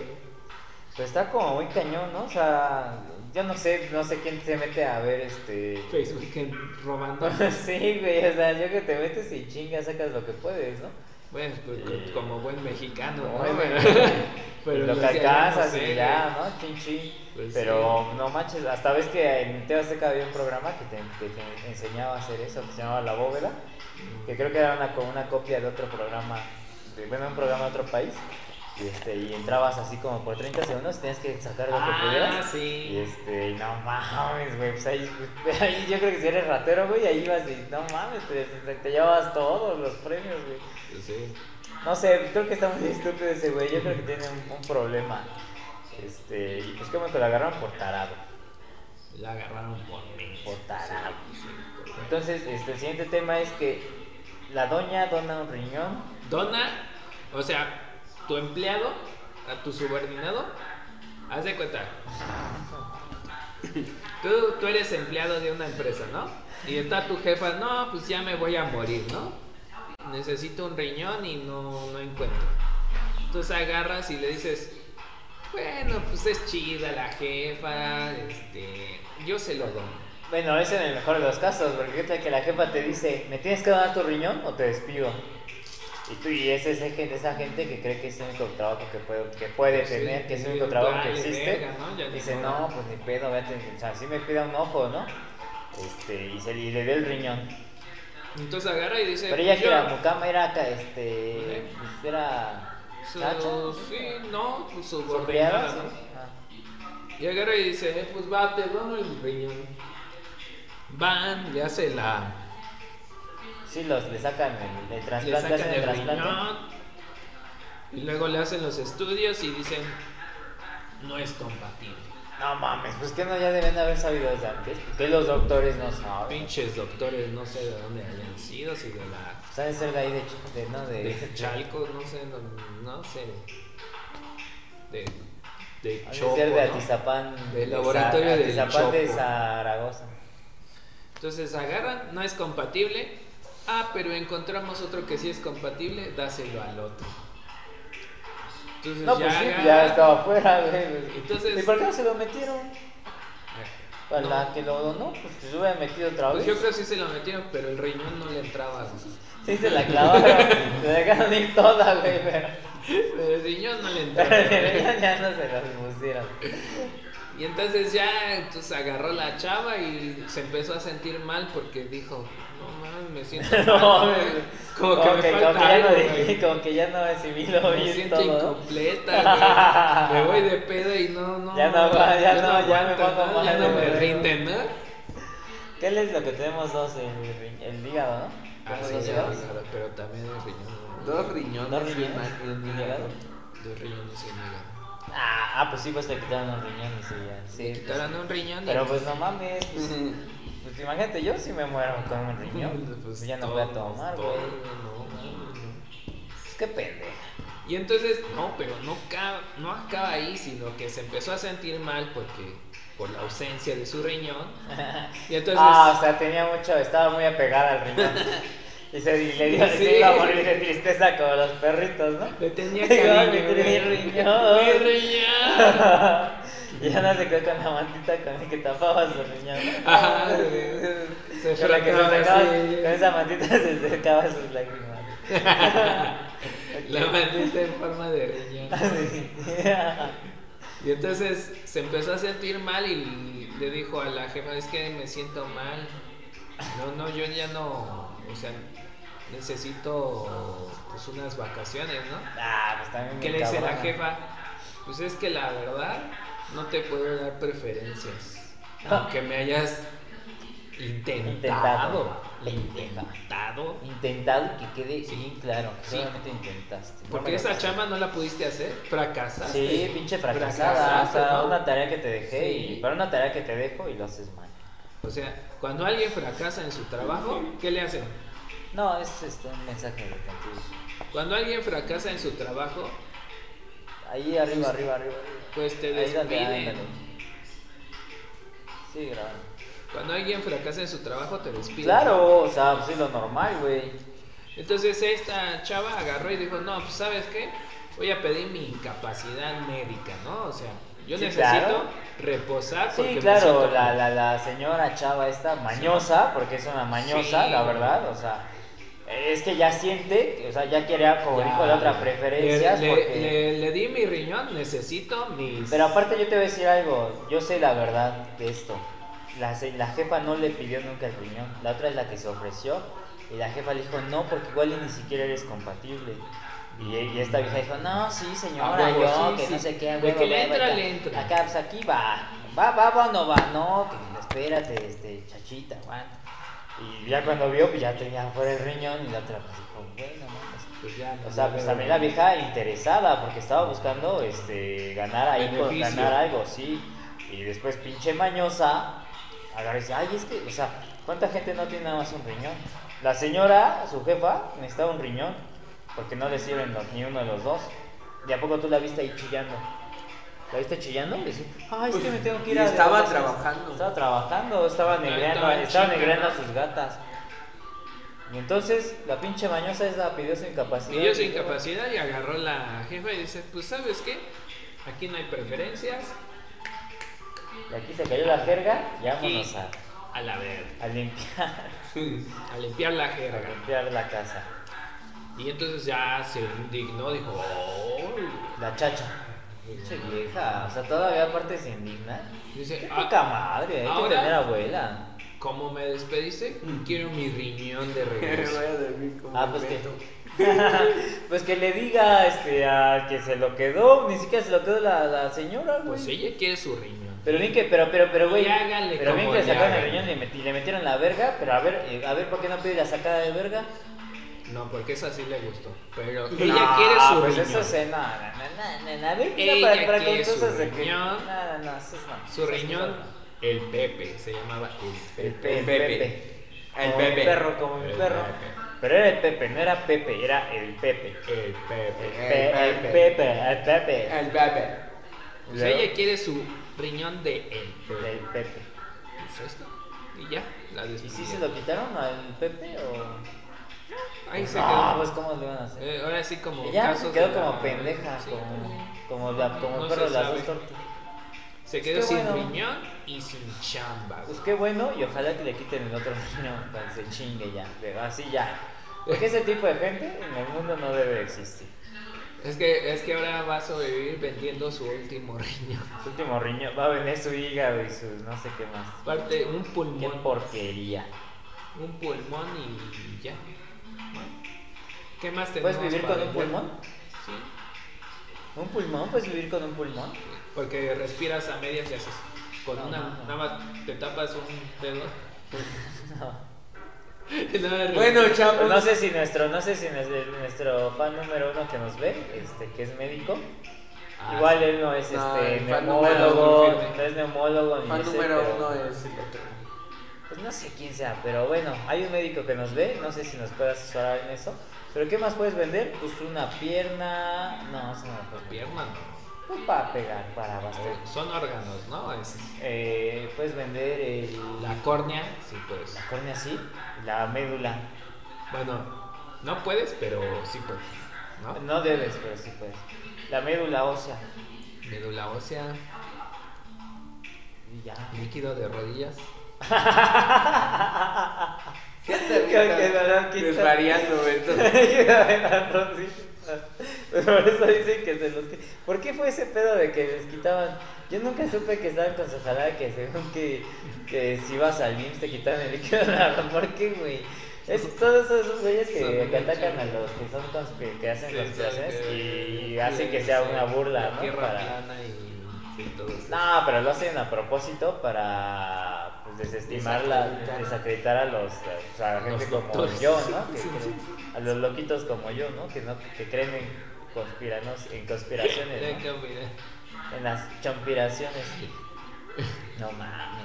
Speaker 3: pero está como muy cañón, ¿no? O sea, yo no sé, no sé quién se mete a ver este.
Speaker 2: Facebook en- robando.
Speaker 3: sí, güey, o sea, yo que te metes y chingas, sacas lo que puedes, ¿no?
Speaker 2: Bueno, pues co-
Speaker 3: Eh,
Speaker 2: como buen mexicano, ¿no?
Speaker 3: bueno.
Speaker 2: Pero, pero
Speaker 3: lo
Speaker 2: los
Speaker 3: que
Speaker 2: de allá no
Speaker 3: alcanzas
Speaker 2: sé,
Speaker 3: y ya, ¿no? Chin, chin.
Speaker 2: Pues
Speaker 3: Pero no manches, hasta ves que en Teo Azteca había un programa que te, que te enseñaba a hacer eso, que se llamaba La Bóveda, que creo que era una, como una copia de otro programa, de, bueno, un programa de otro país. Y, este, y entrabas así como por 30 segundos, tenías que sacar lo que
Speaker 2: Ah,
Speaker 3: pudieras. Y
Speaker 2: sí.
Speaker 3: este, y no mames, güey, pues ahí, ahí yo creo que si eres ratero, güey, ahí ibas y no mames, te, te- te llevabas todos los premios, güey.
Speaker 2: Pues sí.
Speaker 3: No sé, creo que está muy estúpido ese güey. Yo creo que tiene un, un problema. Este, y pues como que lo agarraron por tarado.
Speaker 2: La agarraron por mí.
Speaker 3: Por tarado.
Speaker 2: Sí, por-
Speaker 3: Entonces, este, el siguiente tema es que la doña dona un riñón.
Speaker 2: Dona, o sea, tu empleado, a tu subordinado, haz de cuenta. Tú, tú eres empleado de una empresa, ¿no? Y está tu jefa, no, pues ya me voy a morir, ¿no? Necesito un riñón y no, no encuentro. Entonces agarras y le dices, bueno, pues es chida la jefa, este, yo se lo dono.
Speaker 3: Bueno, es en el mejor de los casos, porque qué tal que la jefa te dice, ¿me tienes que donar tu riñón o te despido? Y tú, y es ese gen- esa gente que cree que es el único trabajo que puede, que puede
Speaker 2: Sí,
Speaker 3: tener, que es el
Speaker 2: sí,
Speaker 3: único trabajo que
Speaker 2: vale,
Speaker 3: existe.
Speaker 2: verga, ¿no? Ya ni
Speaker 3: Dice,
Speaker 2: modo.
Speaker 3: no, pues ni pedo, vete, o sea, sí me pida un ojo, ¿no? Este, y, se, y le dio el riñón.
Speaker 2: Entonces agarra y dice,
Speaker 3: Pero ella que
Speaker 2: pues "Yo-
Speaker 3: era mucama era acá, este. pues, Era.
Speaker 2: su-
Speaker 3: chacha,
Speaker 2: sí, no, pues
Speaker 3: Su
Speaker 2: subordinada,
Speaker 3: criada, sí.
Speaker 2: ¿no?
Speaker 3: Ah.
Speaker 2: Y agarra y dice, "Eh, pues va, te dono el riñón. Van, le hace la...
Speaker 3: Sí, los, le sacan el, el
Speaker 2: Le
Speaker 3: trasplante,
Speaker 2: sacan
Speaker 3: hacen el
Speaker 2: el
Speaker 3: trasplante.
Speaker 2: riñón. Y luego le hacen los estudios y dicen, no es compatible.
Speaker 3: No mames, pues que no ya deben haber sabido desde antes. Que los doctores no saben.
Speaker 2: Pinches doctores, no sé de dónde hayan sido, si de la...
Speaker 3: Saben ser de ahí de, ch- de- ¿no? De,
Speaker 2: De Chalco, no sé, no, no sé. De de
Speaker 3: Ha de
Speaker 2: Chopo,
Speaker 3: ser de
Speaker 2: ¿no?
Speaker 3: Atizapán.
Speaker 2: Del laboratorio
Speaker 3: de
Speaker 2: del
Speaker 3: Za- Atizapán de
Speaker 2: Chopo.
Speaker 3: Zaragoza.
Speaker 2: Entonces agarran, no es compatible. Ah, pero encontramos otro que sí es compatible, dáselo al otro. Entonces
Speaker 3: No, pues sí,
Speaker 2: agarran-
Speaker 3: ya estaba afuera, güey.
Speaker 2: Entonces-
Speaker 3: ¿Y por qué no se lo metieron? A
Speaker 2: No.
Speaker 3: la que lo donó, pues se hubiera metido otra
Speaker 2: Pues
Speaker 3: vez.
Speaker 2: yo creo que sí se lo metieron, pero el riñón no le entraba. güey.
Speaker 3: Sí, se la clavaron. se la dejaron ir toda, güey. Pero,
Speaker 2: Pero el riñón no le
Speaker 3: pero
Speaker 2: entraba.
Speaker 3: de
Speaker 2: güey.
Speaker 3: verdad ya no se las pusieron.
Speaker 2: Y entonces ya entonces agarró la chava y se empezó a sentir mal porque dijo, no mames, me siento mal,
Speaker 3: No,
Speaker 2: güey.
Speaker 3: güey.
Speaker 2: como, que me falta
Speaker 3: como que ya
Speaker 2: algo,
Speaker 3: no
Speaker 2: güey.
Speaker 3: dije, como que ya no asimilo
Speaker 2: Me
Speaker 3: bien
Speaker 2: siento
Speaker 3: todo. ¿no?
Speaker 2: incompleta, güey. Me voy de pedo y no, no.
Speaker 3: Ya no, ya
Speaker 2: yo
Speaker 3: no, ya me
Speaker 2: aguanto,
Speaker 3: pongo
Speaker 2: ¿no? Ya
Speaker 3: mal,
Speaker 2: no me
Speaker 3: güey.
Speaker 2: rinden, ¿no?
Speaker 3: ¿Qué es lo que tenemos dos? El, el hígado, ¿no?
Speaker 2: Ah, sí,
Speaker 3: Tenemos dos
Speaker 2: ya,
Speaker 3: hígados.
Speaker 2: claro, pero también el riñón. ¿no?
Speaker 1: Dos riñones. ¿eh?
Speaker 3: Dos riñones, ¿eh?
Speaker 1: y una- y un
Speaker 3: un
Speaker 1: hígado.
Speaker 3: hígado.
Speaker 2: Dos riñones y nada.
Speaker 3: Ah, ah, pues sí, pues te quitaron los riñones y ya. Sí,
Speaker 2: Le quitaron un riñón y
Speaker 3: Pero pues no mames. Pues, pues imagínate, yo si me muero con un riñón. Pues ya no voy a
Speaker 2: todo,
Speaker 3: tomar,
Speaker 2: todo,
Speaker 3: güey.
Speaker 2: no, mames, no.
Speaker 3: Pues qué pendejo.
Speaker 2: Y entonces, no, pero no, ca- no acaba ahí, sino que se empezó a sentir mal porque por la ausencia de su riñón. Y entonces,
Speaker 3: ah, o sea, tenía mucho, estaba muy apegada al riñón. Y, se, y le dio
Speaker 2: Sí.
Speaker 3: se iba a morir de tristeza como los perritos, ¿no?
Speaker 2: le tenía
Speaker 3: Digo,
Speaker 2: cariño.
Speaker 3: "Ay, me
Speaker 2: güey.
Speaker 3: tiene riñón".
Speaker 2: Mi riñón.
Speaker 3: y ya no se quedó con la mantita con la que tapaba su riñón.
Speaker 2: Ajá, güey. se
Speaker 3: Con la que se
Speaker 2: frotaba
Speaker 3: sacaba,
Speaker 2: así.
Speaker 3: con esa mantita se secaba sus lágrimas.
Speaker 2: La maldita en forma de riñón. Y entonces se empezó a sentir mal y le dijo a la jefa, es que me siento mal. No, no, yo ya no, o sea, necesito pues unas vacaciones, ¿no?
Speaker 3: ah, pues también
Speaker 2: ¿Qué
Speaker 3: muy
Speaker 2: le dice la
Speaker 3: cabrona.
Speaker 2: jefa? Pues es que la verdad no te puedo dar preferencias.
Speaker 3: Ah.
Speaker 2: Aunque me hayas intentado.
Speaker 3: Intentado.
Speaker 2: Intentado.
Speaker 3: Intentado que quede
Speaker 2: Sí.
Speaker 3: bien claro, que
Speaker 2: Sí.
Speaker 3: solamente intentaste. No
Speaker 2: Porque
Speaker 3: me
Speaker 2: esa
Speaker 3: ganaste.
Speaker 2: chamba no la pudiste hacer, fracasaste.
Speaker 3: Sí, pinche fracasada. O
Speaker 2: Fracasaste,
Speaker 3: sea,
Speaker 2: ¿no?
Speaker 3: una tarea que te dejé,
Speaker 2: Sí.
Speaker 3: y, pero una tarea que te dejo y lo haces mal.
Speaker 2: O sea, cuando alguien fracasa en su trabajo, ¿qué le hacen?
Speaker 3: No, es este, un mensaje de contigo.
Speaker 2: Cuando alguien fracasa en su trabajo,
Speaker 3: Ahí arriba, arriba, arriba.
Speaker 2: pues te
Speaker 3: Ahí dale,
Speaker 2: despiden.
Speaker 3: ándale. Sí, grabando.
Speaker 2: Cuando alguien fracasa en su trabajo, te despiden.
Speaker 3: Claro, o sea, pues es lo normal, güey.
Speaker 2: Entonces esta chava agarró y dijo, no, pues sabes qué, voy a pedir mi incapacidad médica, ¿no? O sea, yo
Speaker 3: Sí,
Speaker 2: necesito
Speaker 3: claro.
Speaker 2: reposar porque
Speaker 3: Sí,
Speaker 2: me
Speaker 3: claro,
Speaker 2: siento
Speaker 3: la,
Speaker 2: mal".
Speaker 3: la, la señora chava esta mañosa, porque es una mañosa,
Speaker 2: Sí,
Speaker 3: la
Speaker 2: güey.
Speaker 3: verdad, o sea, es que ya siente, o sea, ya quería, como
Speaker 2: Ya,
Speaker 3: dijo la otra,
Speaker 2: le-
Speaker 3: preferencias,
Speaker 2: le,
Speaker 3: porque...
Speaker 2: le- le di mi riñón, necesito mis...
Speaker 3: Pero aparte yo te voy a decir algo, yo sé la verdad de esto. La, se- la jefa no le pidió nunca el riñón, la otra es la que se ofreció y la jefa le dijo no porque igual y ni siquiera eres compatible. Y, e- y esta vieja dijo, no, sí señora,
Speaker 2: A Ah, huevo,
Speaker 3: yo,
Speaker 2: sí,
Speaker 3: que
Speaker 2: sí.
Speaker 3: no sé qué, a
Speaker 2: De
Speaker 3: huevo,
Speaker 2: que le
Speaker 3: huevo,
Speaker 2: entra,
Speaker 3: acá-
Speaker 2: le entra.
Speaker 3: Acá, pues aquí va, va, va, va, no va, no, que espérate, este, chachita, aguanta. Y ya cuando vio, pues ya tenía fuera el riñón y la otra pues dijo, bueno, mames.
Speaker 2: Pues ya, no,
Speaker 3: O sea,
Speaker 2: no,
Speaker 3: pues
Speaker 2: no,
Speaker 3: también
Speaker 2: no.
Speaker 3: la vieja interesada, porque estaba buscando este, ganar ahí, por-
Speaker 2: Beneficio.
Speaker 3: ganar algo, sí. Y después, pinche mañosa, agarra y dice, ay, es que, o sea, ¿cuánta gente no tiene nada más un riñón? La señora, su jefa, necesitaba un riñón, porque no le sirven los- ni uno de los dos. ¿De a poco tú la viste ahí chillando? ¿La viste chillando? Le dice, ay, es que me tengo que ir
Speaker 1: Y
Speaker 3: a...
Speaker 1: estaba
Speaker 3: a-
Speaker 1: trabajando.
Speaker 3: Estaba trabajando, estaba
Speaker 2: No,
Speaker 3: negreando,
Speaker 2: estaba en
Speaker 3: estaba
Speaker 2: chinga,
Speaker 3: negreando a
Speaker 2: ¿no?
Speaker 3: sus gatas. Y entonces la pinche mañosa esa pidió su incapacidad.
Speaker 2: Pidió su incapacidad y agarró la jefa y dice, pues sabes qué, aquí no hay preferencias,
Speaker 3: Y aquí se cayó la jerga y vámonos
Speaker 2: Sí.
Speaker 3: a,
Speaker 2: a la verga,
Speaker 3: a limpiar,
Speaker 2: a limpiar la
Speaker 3: a
Speaker 2: jerga.
Speaker 3: limpiar la casa.
Speaker 2: Y entonces ya se indignó, dijo, "Oh".
Speaker 3: La chacha. Pinche vieja. O sea, todavía aparte se indigna. Qué
Speaker 2: dice, "Ah,
Speaker 3: poca madre, hay que
Speaker 2: ahora-
Speaker 3: tener abuela.
Speaker 2: como me despediste, quiero mi riñón de
Speaker 1: Me voy
Speaker 2: regreso.
Speaker 1: a dormir como
Speaker 3: Ah, pues que.
Speaker 1: Beto.
Speaker 3: pues que le diga este, al que se lo quedó. Ni siquiera se lo quedó la, la señora, güey.
Speaker 2: Pues ella quiere su riñón.
Speaker 3: Pero bien que, pero, pero, pero, güey.
Speaker 2: Y háganle
Speaker 3: Pero bien
Speaker 2: como
Speaker 3: que le
Speaker 2: le
Speaker 3: sacaron el
Speaker 2: hagan.
Speaker 3: riñón y le, met- y le metieron la verga. Pero a ver, eh, a ver, ¿por qué no pide la sacada de verga?
Speaker 2: No, porque esa sí le gustó. Pero ella
Speaker 3: No,
Speaker 2: quiere su
Speaker 3: pues
Speaker 2: riñón.
Speaker 3: eso se, no, no, no, no, no, a ver, mira,
Speaker 2: Ella
Speaker 3: para, para con
Speaker 2: quiere su
Speaker 3: cosas de que, no,
Speaker 2: riñón.
Speaker 3: no, no, eso es no.
Speaker 2: Su
Speaker 3: Esas
Speaker 2: riñón,
Speaker 3: cosas
Speaker 2: el Pepe, se llamaba el
Speaker 3: no. el,
Speaker 2: Pepe.
Speaker 3: pe- el
Speaker 1: Pepe.
Speaker 3: Pepe,
Speaker 1: El
Speaker 3: como
Speaker 1: Pepe.
Speaker 3: mi perro, como mi
Speaker 2: El
Speaker 3: perro,
Speaker 2: Pepe.
Speaker 3: pero era el Pepe, no era Pepe, era el Pepe,
Speaker 2: El Pepe.
Speaker 3: el, Pe- el
Speaker 1: Pepe.
Speaker 3: Pepe, el Pepe,
Speaker 1: El bebé.
Speaker 2: O sea, Pues ella quiere su riñón de él.
Speaker 3: Del Pepe.
Speaker 2: Pues esto. Y ya, la
Speaker 3: ¿Y
Speaker 2: despidieron.
Speaker 3: si se lo quitaron al Pepe o.?
Speaker 2: Ahí se
Speaker 3: Ah,
Speaker 2: quedó.
Speaker 3: pues cómo le van a hacer.
Speaker 2: Eh, ahora sí como
Speaker 3: Ella
Speaker 2: casos
Speaker 3: se
Speaker 2: de
Speaker 3: quedó
Speaker 2: la-
Speaker 3: como pendeja,
Speaker 2: Sí.
Speaker 3: como, como, la, como
Speaker 2: No
Speaker 3: el
Speaker 2: se
Speaker 3: perro de las
Speaker 2: sabe.
Speaker 3: dos tortas.
Speaker 2: Se quedó
Speaker 3: Qué
Speaker 2: sin
Speaker 3: bueno.
Speaker 2: riñón y sin chamba. güey.
Speaker 3: Pues qué bueno y ojalá que le quiten el otro niño para que se chingue ya, pero así ya. Porque ese tipo de gente en el mundo no debe existir.
Speaker 2: Es que, es que ahora va a sobrevivir vendiendo su último riñón.
Speaker 3: Su último riñón va a vender su hígado y sus no sé qué más.
Speaker 2: Aparte, un
Speaker 3: Qué
Speaker 2: pulmón.
Speaker 3: porquería.
Speaker 2: Un pulmón y ya. Bueno, ¿Qué más tenemos?
Speaker 3: ¿Puedes vivir
Speaker 2: para
Speaker 3: con un
Speaker 2: vender?
Speaker 3: pulmón?
Speaker 2: Sí.
Speaker 3: ¿Un pulmón? ¿Puedes vivir con un pulmón?
Speaker 2: Porque respiras a medias y haces. Con
Speaker 3: No,
Speaker 2: una,
Speaker 3: no, no.
Speaker 2: nada más te tapas un dedo.
Speaker 3: No.
Speaker 2: Nada más-
Speaker 1: Bueno, pues, chavos.
Speaker 3: Pues No sé si nuestro, no sé si nuestro, nuestro fan número uno que nos ve, este, que es médico,
Speaker 2: Ah,
Speaker 3: Igual él no es
Speaker 1: No,
Speaker 3: este
Speaker 1: el fan número
Speaker 3: neumólogo,
Speaker 2: uno, firme.
Speaker 3: no es neumólogo ni
Speaker 1: Fan
Speaker 3: ese,
Speaker 1: número
Speaker 3: pero-
Speaker 1: uno es el otro.
Speaker 3: Pues no sé quién sea, pero bueno, hay un médico que nos ve, no sé si nos puede asesorar en eso. Pero ¿qué más puedes vender? Pues una pierna, no, eso no lo puedes vender.
Speaker 2: Pierna, no.
Speaker 3: Pues para pegar, para bastar.
Speaker 2: Son órganos, ¿no? Es-
Speaker 3: Eh, puedes vender el-
Speaker 2: la córnea, sí puedes.
Speaker 3: la córnea así, la médula.
Speaker 2: Bueno, no puedes, pero sí puedes. ¿No?
Speaker 3: No debes, pero sí puedes. La médula ósea.
Speaker 2: Médula ósea,
Speaker 3: Y ya.
Speaker 2: líquido de rodillas.
Speaker 1: Fíjate,
Speaker 3: Creo que no lo
Speaker 1: ahorita
Speaker 3: han quitado.
Speaker 1: Desvariando, güey, entonces.
Speaker 3: Por eso dicen que se los qui- ¿Por qué fue ese pedo de que les quitaban? Yo nunca supe que estaban con su jalada que según que, que si ibas al IMSS te quitaban el líquido de la ropa. ¿Por qué, güey? Es, todos esos son güeyes que,
Speaker 2: Son
Speaker 3: que
Speaker 2: bien
Speaker 3: atacan a
Speaker 2: chidos.
Speaker 3: los que son conspi- que hacen
Speaker 2: Sí,
Speaker 3: conspiraciones
Speaker 2: sabe
Speaker 3: y
Speaker 2: que-
Speaker 3: hacen que sea una burla,
Speaker 2: la
Speaker 3: ¿no?
Speaker 2: Tierra
Speaker 3: Para-
Speaker 2: plana y, y todo eso.
Speaker 3: no, pero lo hacen a propósito para pues, desestimar, la-
Speaker 1: Desacreditar.
Speaker 3: desacreditar a los o sea, a la
Speaker 2: Los
Speaker 3: gente como
Speaker 2: doctores.
Speaker 3: yo, ¿no? Que creen- a los loquitos como yo, ¿no? Que, no, que creen en, conspiranos, en
Speaker 2: Mira
Speaker 3: conspiraciones,
Speaker 2: que, mira.
Speaker 3: ¿no? en las champiraciones. No mames.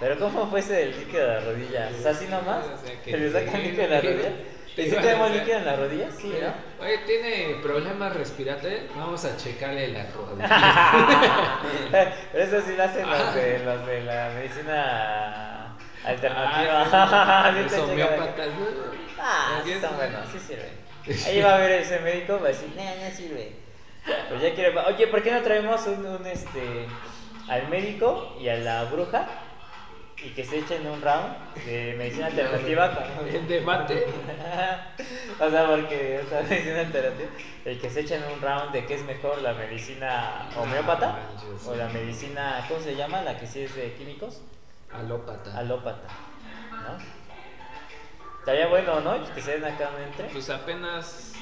Speaker 3: Pero ¿cómo fue ese del líquido de las rodillas? ¿Es así nomás?
Speaker 2: O sea, que-
Speaker 3: ¿Que le sacan líquido de las rodillas?
Speaker 2: Te
Speaker 3: ¿Y si
Speaker 2: iban a
Speaker 3: tenemos
Speaker 2: hacer-
Speaker 3: líquido en las rodillas? Sí, ¿no?
Speaker 2: Oye, tiene problemas respiratorios. Vamos a checarle Ah, las rodillas.
Speaker 3: Pero eso sí lo hacen los de,
Speaker 2: Ah.
Speaker 3: los de la medicina alternativa.
Speaker 2: Ah,
Speaker 3: Sí
Speaker 2: los
Speaker 3: te checan.
Speaker 2: homeópatas.
Speaker 3: Ah, sí están buenos, sí sirven. Ahí va a ver ese médico, va a decir, no, no sirve. Pero ya quiere, oye, ¿por qué no traemos un, un, este, al médico y a la bruja y que se echen un round de medicina alternativa? con-
Speaker 2: El debate.
Speaker 3: o sea, porque, o sea, medicina alternativa, el que se echen un round de qué es mejor, la medicina homeópata
Speaker 2: Ah, No manches.
Speaker 3: o la medicina, ¿cómo se llama? La que sí es de químicos
Speaker 2: Alópata.
Speaker 3: alópata, ¿no? Estaría bueno, ¿no? Que se den acá un entre.
Speaker 2: Pues apenas.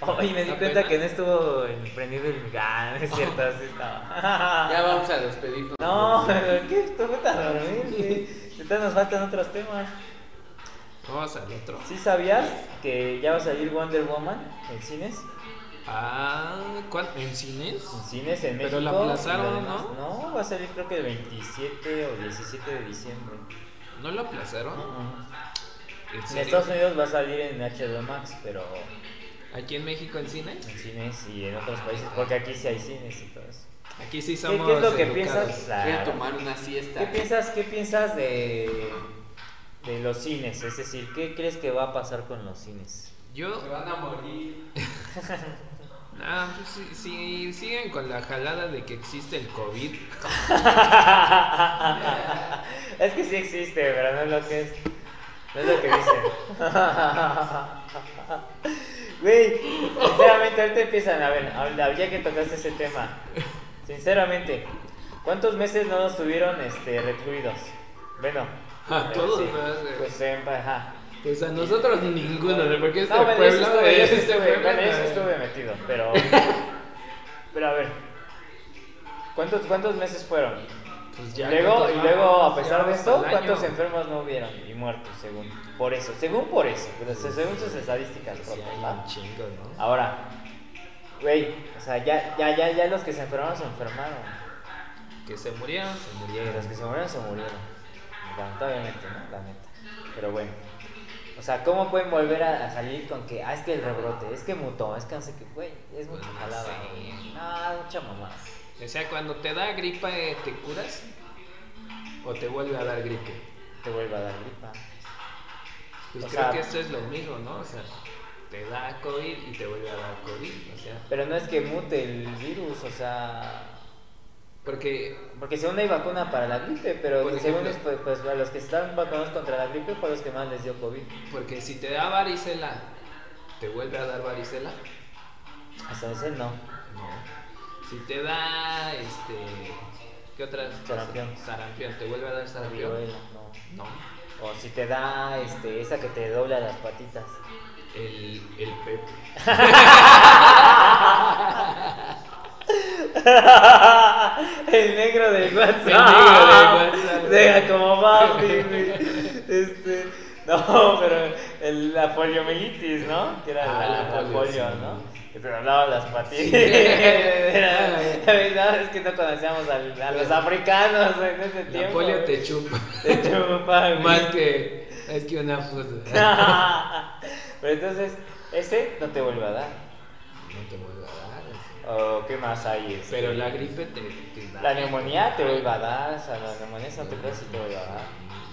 Speaker 3: Ay, me
Speaker 2: Pues, apenas-
Speaker 3: di
Speaker 2: Oh.
Speaker 3: cuenta que no estuvo prendido el gas, es cierto, así estaba.
Speaker 1: Ya vamos a despedirnos.
Speaker 3: No, pero ¿qué? Tú vete a dormir, güey. Ahorita nos faltan otros temas.
Speaker 2: Vamos al otro.
Speaker 3: ¿Sí sabías que ya va a salir Wonder Woman en cines?
Speaker 2: Ah, ¿cuál? ¿En cines?
Speaker 3: En cines en México.
Speaker 2: Pero la aplazaron,
Speaker 3: y lo demás.
Speaker 2: ¿no?
Speaker 3: No, va a salir creo que el 27 o 17 de diciembre.
Speaker 2: ¿No lo aplazaron?
Speaker 3: Ujú.
Speaker 2: ¿En
Speaker 3: En
Speaker 2: cines?
Speaker 3: Estados Unidos va a salir en HBO Max, pero
Speaker 2: ¿Aquí en México en cines?
Speaker 3: en cines y en otros países, porque aquí sí hay cines y todo eso.
Speaker 2: Aquí sí
Speaker 3: ¿Qué,
Speaker 2: somos.
Speaker 3: qué es lo que
Speaker 2: educados.
Speaker 3: piensas?
Speaker 1: Voy a
Speaker 3: Claro.
Speaker 1: tomar una siesta.
Speaker 3: ¿Qué piensas, qué piensas de, de los cines? Es decir, ¿qué crees que va a pasar con los cines?
Speaker 2: Yo.
Speaker 1: van a morir.
Speaker 2: Ah, pues si, si siguen con la jalada de que existe el COVID.
Speaker 3: es que sí existe, pero no es lo que es. No es lo que dicen. Güey, sinceramente, ahorita empiezan a ver, habla- ya que tocaste ese tema. Sinceramente, ¿cuántos meses no nos tuvieron este, recluidos? Bueno,
Speaker 2: A
Speaker 3: eh,
Speaker 2: todos,
Speaker 3: sí,
Speaker 2: ¿verdad?
Speaker 3: pues en- ajá.
Speaker 2: Pues a nosotros ninguno, ¿no? porque este
Speaker 3: No, bueno, yo sí
Speaker 2: pueblo
Speaker 3: estuve, yo sí
Speaker 2: este
Speaker 3: estuve,
Speaker 2: pueblo,
Speaker 3: bueno, yo sí
Speaker 2: no-
Speaker 3: estuve metido, pero. pero a ver. ¿Cuántos, cuántos meses fueron?
Speaker 2: Pues
Speaker 3: Y
Speaker 2: ya,
Speaker 3: luego,
Speaker 2: ¿cuántos
Speaker 3: y
Speaker 2: más?
Speaker 3: luego, a
Speaker 2: Ya
Speaker 3: pesar de
Speaker 2: vamos
Speaker 3: esto,
Speaker 2: al año.
Speaker 3: ¿cuántos enfermos no hubieron? Y muertos, según. Por eso, según por eso, pero se- según sus estadísticas
Speaker 2: Sí,
Speaker 3: propias,
Speaker 2: hay
Speaker 3: ¿va?
Speaker 2: un chingo, ¿no?
Speaker 3: Ahora, güey, o sea, ya, ya, ya, ya los que se enfermaron se enfermaron.
Speaker 2: Que se murieron, se
Speaker 3: Y los
Speaker 2: murieron.
Speaker 3: que se murieron, se murieron. Lamentablemente, ¿no? La neta. Pero bueno. O sea, ¿cómo pueden volver a, a salir con que, ah, es que el rebrote, es que mutó, es que no sé qué, güey, es mucha
Speaker 2: Pues no
Speaker 3: jalada.
Speaker 2: sé.
Speaker 3: Ah, mucha mamá.
Speaker 2: O sea, cuando te da gripa, eh, ¿te curas? ¿O te vuelve a dar gripe?
Speaker 3: Te vuelve a dar gripa.
Speaker 2: Pues
Speaker 3: O
Speaker 2: creo
Speaker 3: sea-
Speaker 2: que esto es lo mismo, ¿no? O sea, te da COVID y te vuelve a dar COVID. O sea,
Speaker 3: Pero no es que mute el virus, o sea.
Speaker 2: porque
Speaker 3: Porque según hay vacuna para la gripe, pero
Speaker 2: Por
Speaker 3: según
Speaker 2: ejemplo.
Speaker 3: los, pues, pues, a los que están vacunados contra la gripe fue a los que más les dio COVID.
Speaker 2: Porque si te da varicela, ¿te vuelve a dar varicela?
Speaker 3: Hasta ese no.
Speaker 2: No. Si te da, este, ¿qué otras? cosas?
Speaker 3: Sarampión.
Speaker 2: Sarampión, ¿te vuelve a dar sarampión?
Speaker 3: Viruela, no.
Speaker 2: No.
Speaker 3: O si te da este, esa que te dobla las patitas.
Speaker 2: El, el Pepe.
Speaker 3: el negro de WhatsApp.
Speaker 2: El negro de WhatsApp.
Speaker 3: Deja como papi, güey. Este. No, pero el, la poliomielitis, ¿no? Que era
Speaker 2: Ah, la
Speaker 3: la, la
Speaker 2: polio,
Speaker 3: polio,
Speaker 2: sí.
Speaker 3: ¿no? Que te hablaba las patitas.
Speaker 2: Sí. Ah,
Speaker 3: Era- no, es que no conocíamos al- a, los africanos en ese
Speaker 2: La
Speaker 3: tiempo.
Speaker 2: polio te chupa.
Speaker 3: Te chupaba, güey.
Speaker 2: Más que, es que una foto. No
Speaker 3: Pero entonces, ese no te vuelve a dar.
Speaker 2: te vuelve a dar. o sea.
Speaker 3: ¿O qué más hay? este?
Speaker 2: Pero la gripe te, te da.
Speaker 3: La neumonía te vuelve a dar, o sea, la neumonía esa no te creas si te vuelve a dar.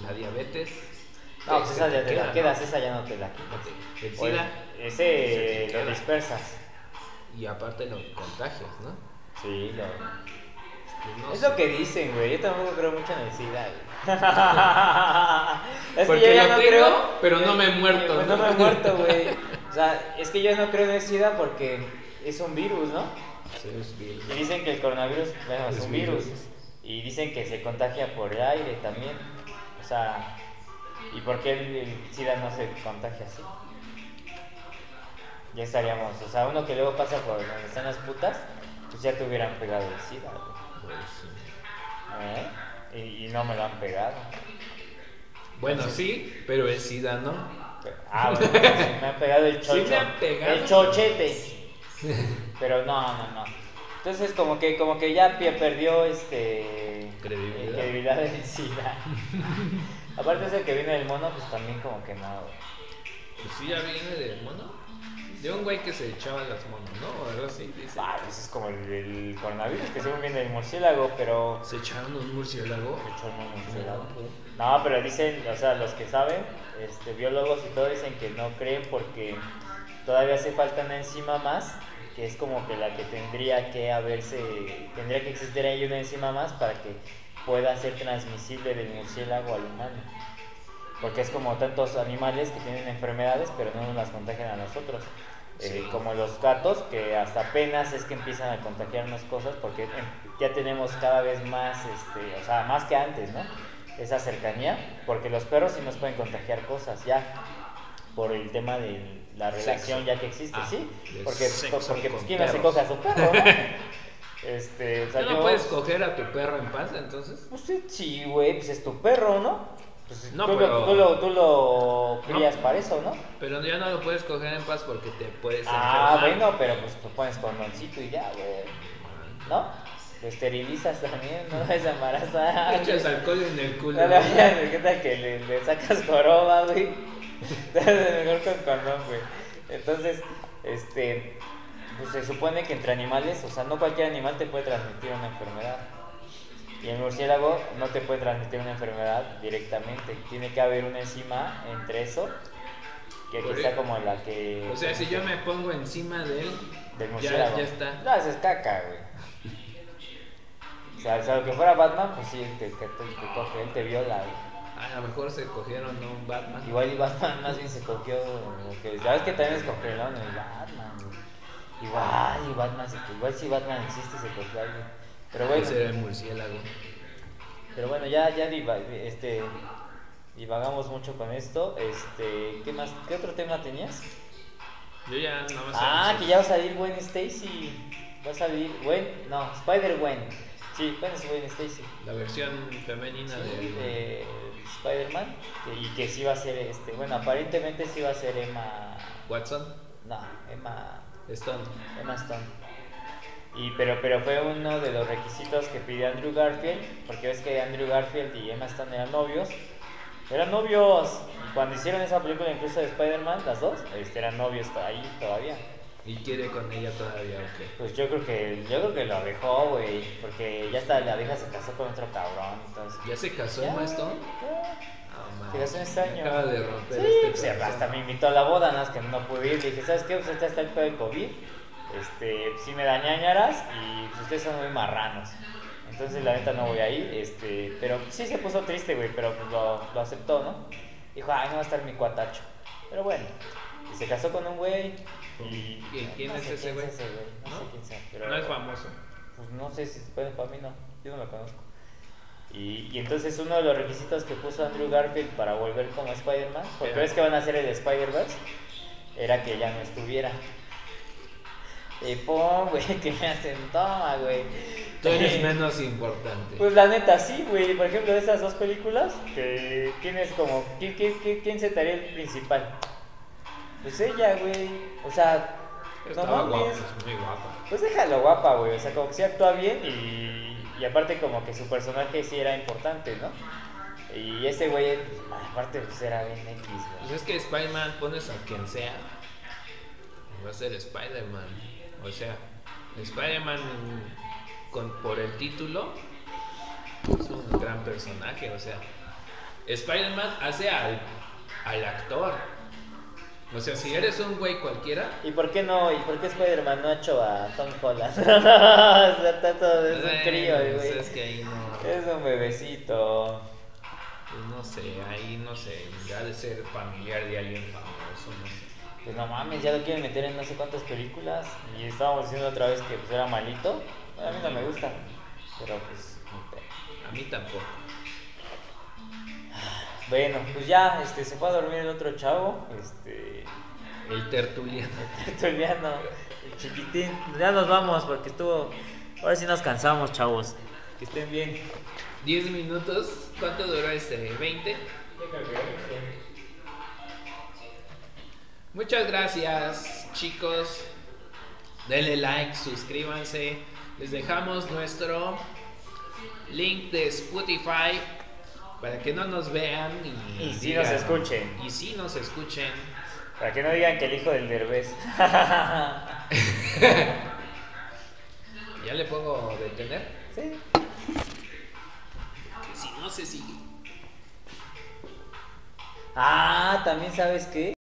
Speaker 2: La diabetes.
Speaker 3: No,
Speaker 2: te-
Speaker 3: pues
Speaker 2: se
Speaker 3: esa
Speaker 2: te
Speaker 3: ya te
Speaker 2: queda,
Speaker 3: la
Speaker 2: ¿no?
Speaker 3: quedas, esa ya no te la quitas.
Speaker 2: No te- El
Speaker 3: O el-
Speaker 2: SIDA.
Speaker 3: Ese
Speaker 2: Se te
Speaker 3: lo
Speaker 2: queda.
Speaker 3: dispersas.
Speaker 2: Y aparte los contagios, ¿no?
Speaker 3: Sí, lo...
Speaker 2: Pues no
Speaker 3: es
Speaker 2: sé.
Speaker 3: lo que dicen, güey. Yo tampoco creo mucho en el SIDA, güey. es
Speaker 2: Porque
Speaker 3: que yo ya
Speaker 2: lo
Speaker 3: no
Speaker 2: tengo,
Speaker 3: creo.
Speaker 2: pero no me he muerto,
Speaker 3: Pues
Speaker 2: ¿no?
Speaker 3: no me he muerto, güey. O sea, es que yo no creo en el SIDA porque es un virus, ¿no?
Speaker 2: Sí, es bien.
Speaker 3: Y dicen que el coronavirus bueno, es
Speaker 2: Es
Speaker 3: un
Speaker 2: virus.
Speaker 3: virus. Y dicen que se contagia por el aire también. O sea, ¿y por qué el, el SIDA no se contagia así? Ya estaríamos. O sea, uno que luego pasa por donde están las putas, pues ya te hubieran pegado el SIDA.
Speaker 2: Pues,
Speaker 3: güey.
Speaker 2: sí.
Speaker 3: ¿Eh? Y, y no me lo han pegado.
Speaker 2: Bueno, sí, pero el SIDA no.
Speaker 3: Pero- ah, bueno, sí, me han pegado el
Speaker 2: Sí me
Speaker 3: chocho.
Speaker 2: han pegado.
Speaker 3: El chochete. Pero no, no, no. Entonces como que como que ya pe- perdió este
Speaker 2: Credibilidad.
Speaker 3: eh, credibilidad del SIDA. Aparte ese que viene del mono, pues también como que no, güey.
Speaker 2: Pues sí, ya viene de mono. De un güey que se echaba las monos, ¿no? O algo así, dice.
Speaker 3: Ah, pues es como el, el coronavirus, que según viene del murciélago, pero
Speaker 2: Se echaron un murciélago.
Speaker 3: de hecho, no es murciélago. No, pero dicen, o sea, los que saben, este, biólogos y todo, dicen que no creen porque todavía hace falta una enzima más, que es como que la que tendría que haberse, tendría que existir ahí una enzima más para que pueda ser transmisible del murciélago al humano. Porque es como tantos animales que tienen enfermedades, pero no nos las contagian a nosotros. Eh,
Speaker 2: Sí.
Speaker 3: como los gatos, que hasta apenas es que empiezan a contagiarnos cosas, porque em, ya tenemos cada vez más, este, o sea, más que antes, ¿no? Esa cercanía, porque los perros sí nos pueden contagiar cosas ya, por el tema de la
Speaker 2: Sexo.
Speaker 3: relación ya que existe,
Speaker 2: Ah,
Speaker 3: ¿sí?
Speaker 2: del
Speaker 3: Porque,
Speaker 2: sexo
Speaker 3: porque pues,
Speaker 2: con
Speaker 3: ¿quién no se
Speaker 2: perros.
Speaker 3: coge a su perro? no? este, o sea,
Speaker 2: ¿Tú no
Speaker 3: yo-
Speaker 2: puedes coger a tu perro en paz entonces?
Speaker 3: pues sí, sí, güey, pues es tu perro, ¿no? Pues,
Speaker 2: No,
Speaker 3: tú,
Speaker 2: pero-
Speaker 3: lo, tú, lo, tú lo
Speaker 2: No.
Speaker 3: crías para eso, ¿no?
Speaker 2: Pero ya no lo puedes coger en paz porque te puedes
Speaker 3: Ah,
Speaker 2: enfermar.
Speaker 3: bueno, pero pues tú pones condoncito y ya, güey. ¿No? Lo esterilizas también, no lo dejes embarazada.
Speaker 2: Te echas alcohol en el culo.
Speaker 3: No le
Speaker 2: güey.
Speaker 3: vayas, ¿qué tal que le, le sacas joroba, güey? Entonces, mejor con condón, güey. Entonces, este, pues se supone que entre animales, o sea, no cualquier animal te puede transmitir una enfermedad. Y el murciélago no te puede transmitir una enfermedad directamente. Tiene que haber una enzima entre eso, que, que
Speaker 2: Por
Speaker 3: sea
Speaker 2: e-
Speaker 3: como la que...
Speaker 2: O sea, si yo me pongo encima de él,
Speaker 3: Del
Speaker 2: ya,
Speaker 3: murciélago.
Speaker 2: ya está.
Speaker 3: No, eso es caca, güey. O sea, si aunque fuera Batman, pues sí, te, te, te, te coge, él te viola, güey.
Speaker 2: A lo mejor se cogieron a un Batman.
Speaker 3: Igual y Batman más bien se cogió. Que, ¿Sabes que también es congelón el Batman? güey. Igual y Batman se Igual si Batman existe se cogió a alguien. Pero bueno,
Speaker 2: Ese era el murciélago.
Speaker 3: pero bueno ya, ya diva- este, divagamos mucho con esto. Este, ¿qué, más, ¿Qué otro tema tenías?
Speaker 2: Yo ya nada más.
Speaker 3: Ah, que ya va a salir Gwen Stacy. Va a salir Gwen, no, Spider-Gwen. Sí, Gwen es Gwen Stacy.
Speaker 2: La versión femenina
Speaker 3: Sí,
Speaker 2: de.
Speaker 3: de Spider-Man. Y que sí va a ser, este, bueno, aparentemente sí va a ser Emma.
Speaker 2: Watson.
Speaker 3: No, Emma,
Speaker 2: Stone.
Speaker 3: Emma Stone. Y, pero, pero fue uno de los requisitos que pidió Andrew Garfield, porque ves que Andrew Garfield y Emma Stone eran novios. Eran novios. Y cuando hicieron esa película incluso de Spider-Man, las dos, este, eran novios to- ahí todavía.
Speaker 2: Y quiere con ella todavía, ok.
Speaker 3: Pues yo creo que, yo creo que lo dejó, güey. Porque ya está, la vieja se casó con otro cabrón, entonces.
Speaker 2: ¿Ya se casó
Speaker 3: Ya,
Speaker 2: Emma Stone?
Speaker 3: ya.
Speaker 2: No,
Speaker 3: Sí, hace
Speaker 2: mames,
Speaker 3: ese año.
Speaker 2: Acaba de romper
Speaker 3: Sí,
Speaker 2: este
Speaker 3: pues
Speaker 2: corazón.
Speaker 3: hasta me invitó a la boda, nada más que no pude ir. Le dije, ¿sabes qué? Pues ahorita está el pedo del COVID. Este, pues, sí me da ñañaras y pues, ustedes son muy marranos. Entonces, la neta, no voy a ir. Este, pero pues, sí se puso triste, güey, pero pues lo, lo aceptó, ¿no? Dijo, ay, no va a estar mi cuatacho. Pero bueno, y se casó con un güey. Y,
Speaker 2: ¿Y quién
Speaker 3: no
Speaker 2: es
Speaker 3: sé
Speaker 2: ese güey?
Speaker 3: No, sé
Speaker 2: ¿No?
Speaker 3: quién sea. pero-
Speaker 2: No es famoso.
Speaker 3: pues no sé si se puede, para mí no, yo no la conozco. Y, y entonces uno de los requisitos que puso Andrew Garfield para volver como Spider-Man, porque
Speaker 2: Era-
Speaker 3: ves que van a hacer el Spider-Verse, era que ya no estuviera. Y pum, güey, que me hacen toma, güey.
Speaker 2: Tú eres menos importante.
Speaker 3: Pues la neta, sí, güey. Por ejemplo, de esas dos películas, que ¿quién es como. ¿Quién, quién, quién, quién se estaría el principal? Pues ella, güey. O sea,
Speaker 2: Estaba guapa,
Speaker 3: mames.
Speaker 2: es muy guapa.
Speaker 3: Pues déjalo guapa, güey. O sea, como que sí actúa bien y, y aparte como que su personaje sí era importante, ¿no? Y ese güey, pues, aparte pues era bien X,
Speaker 2: Pues
Speaker 3: güey.
Speaker 2: es que Spider-Man pones a quien sea. Va a ser Spider-Man. O sea, Spider-Man con- por el título es un gran personaje. O sea, Spider-Man hace al, al actor. O sea, si eres un güey cualquiera,
Speaker 3: ¿Y por qué no? ¿Y por qué Spider-Man no ha hecho a Tom Holland? o sea, está todo, es un
Speaker 2: bueno,
Speaker 3: crío,
Speaker 2: pues
Speaker 3: güey.
Speaker 2: es que ahí no.
Speaker 3: Es un bebecito.
Speaker 2: pues no sé, ahí no sé. Ya de ser familiar de alguien famoso, no sé.
Speaker 3: Pues no mames, ya lo quieren meter en no sé cuántas películas. Y estábamos diciendo otra vez que pues era malito. Bueno, a mí no me gusta. Pero pues... ni pedo.
Speaker 2: A mí tampoco.
Speaker 3: Bueno, pues ya, este, se fue a dormir el otro chavo, este,
Speaker 2: El tertuliano.
Speaker 3: tertuliano, el chiquitín. Ya nos vamos porque estuvo, ahora sí nos cansamos, chavos. Que estén bien.
Speaker 2: 10 minutos. ¿Cuánto duró este? ¿20? Muchas gracias, chicos. Denle like, suscríbanse. Les dejamos nuestro link de Spotify para que no nos vean y,
Speaker 3: Y sí nos escuchen.
Speaker 2: Y si nos escuchen.
Speaker 3: Para que no digan que el hijo del derbez.
Speaker 2: Ya le pongo detener.
Speaker 3: sí.
Speaker 2: Que si no se sigue.
Speaker 3: Ah, también sabes qué.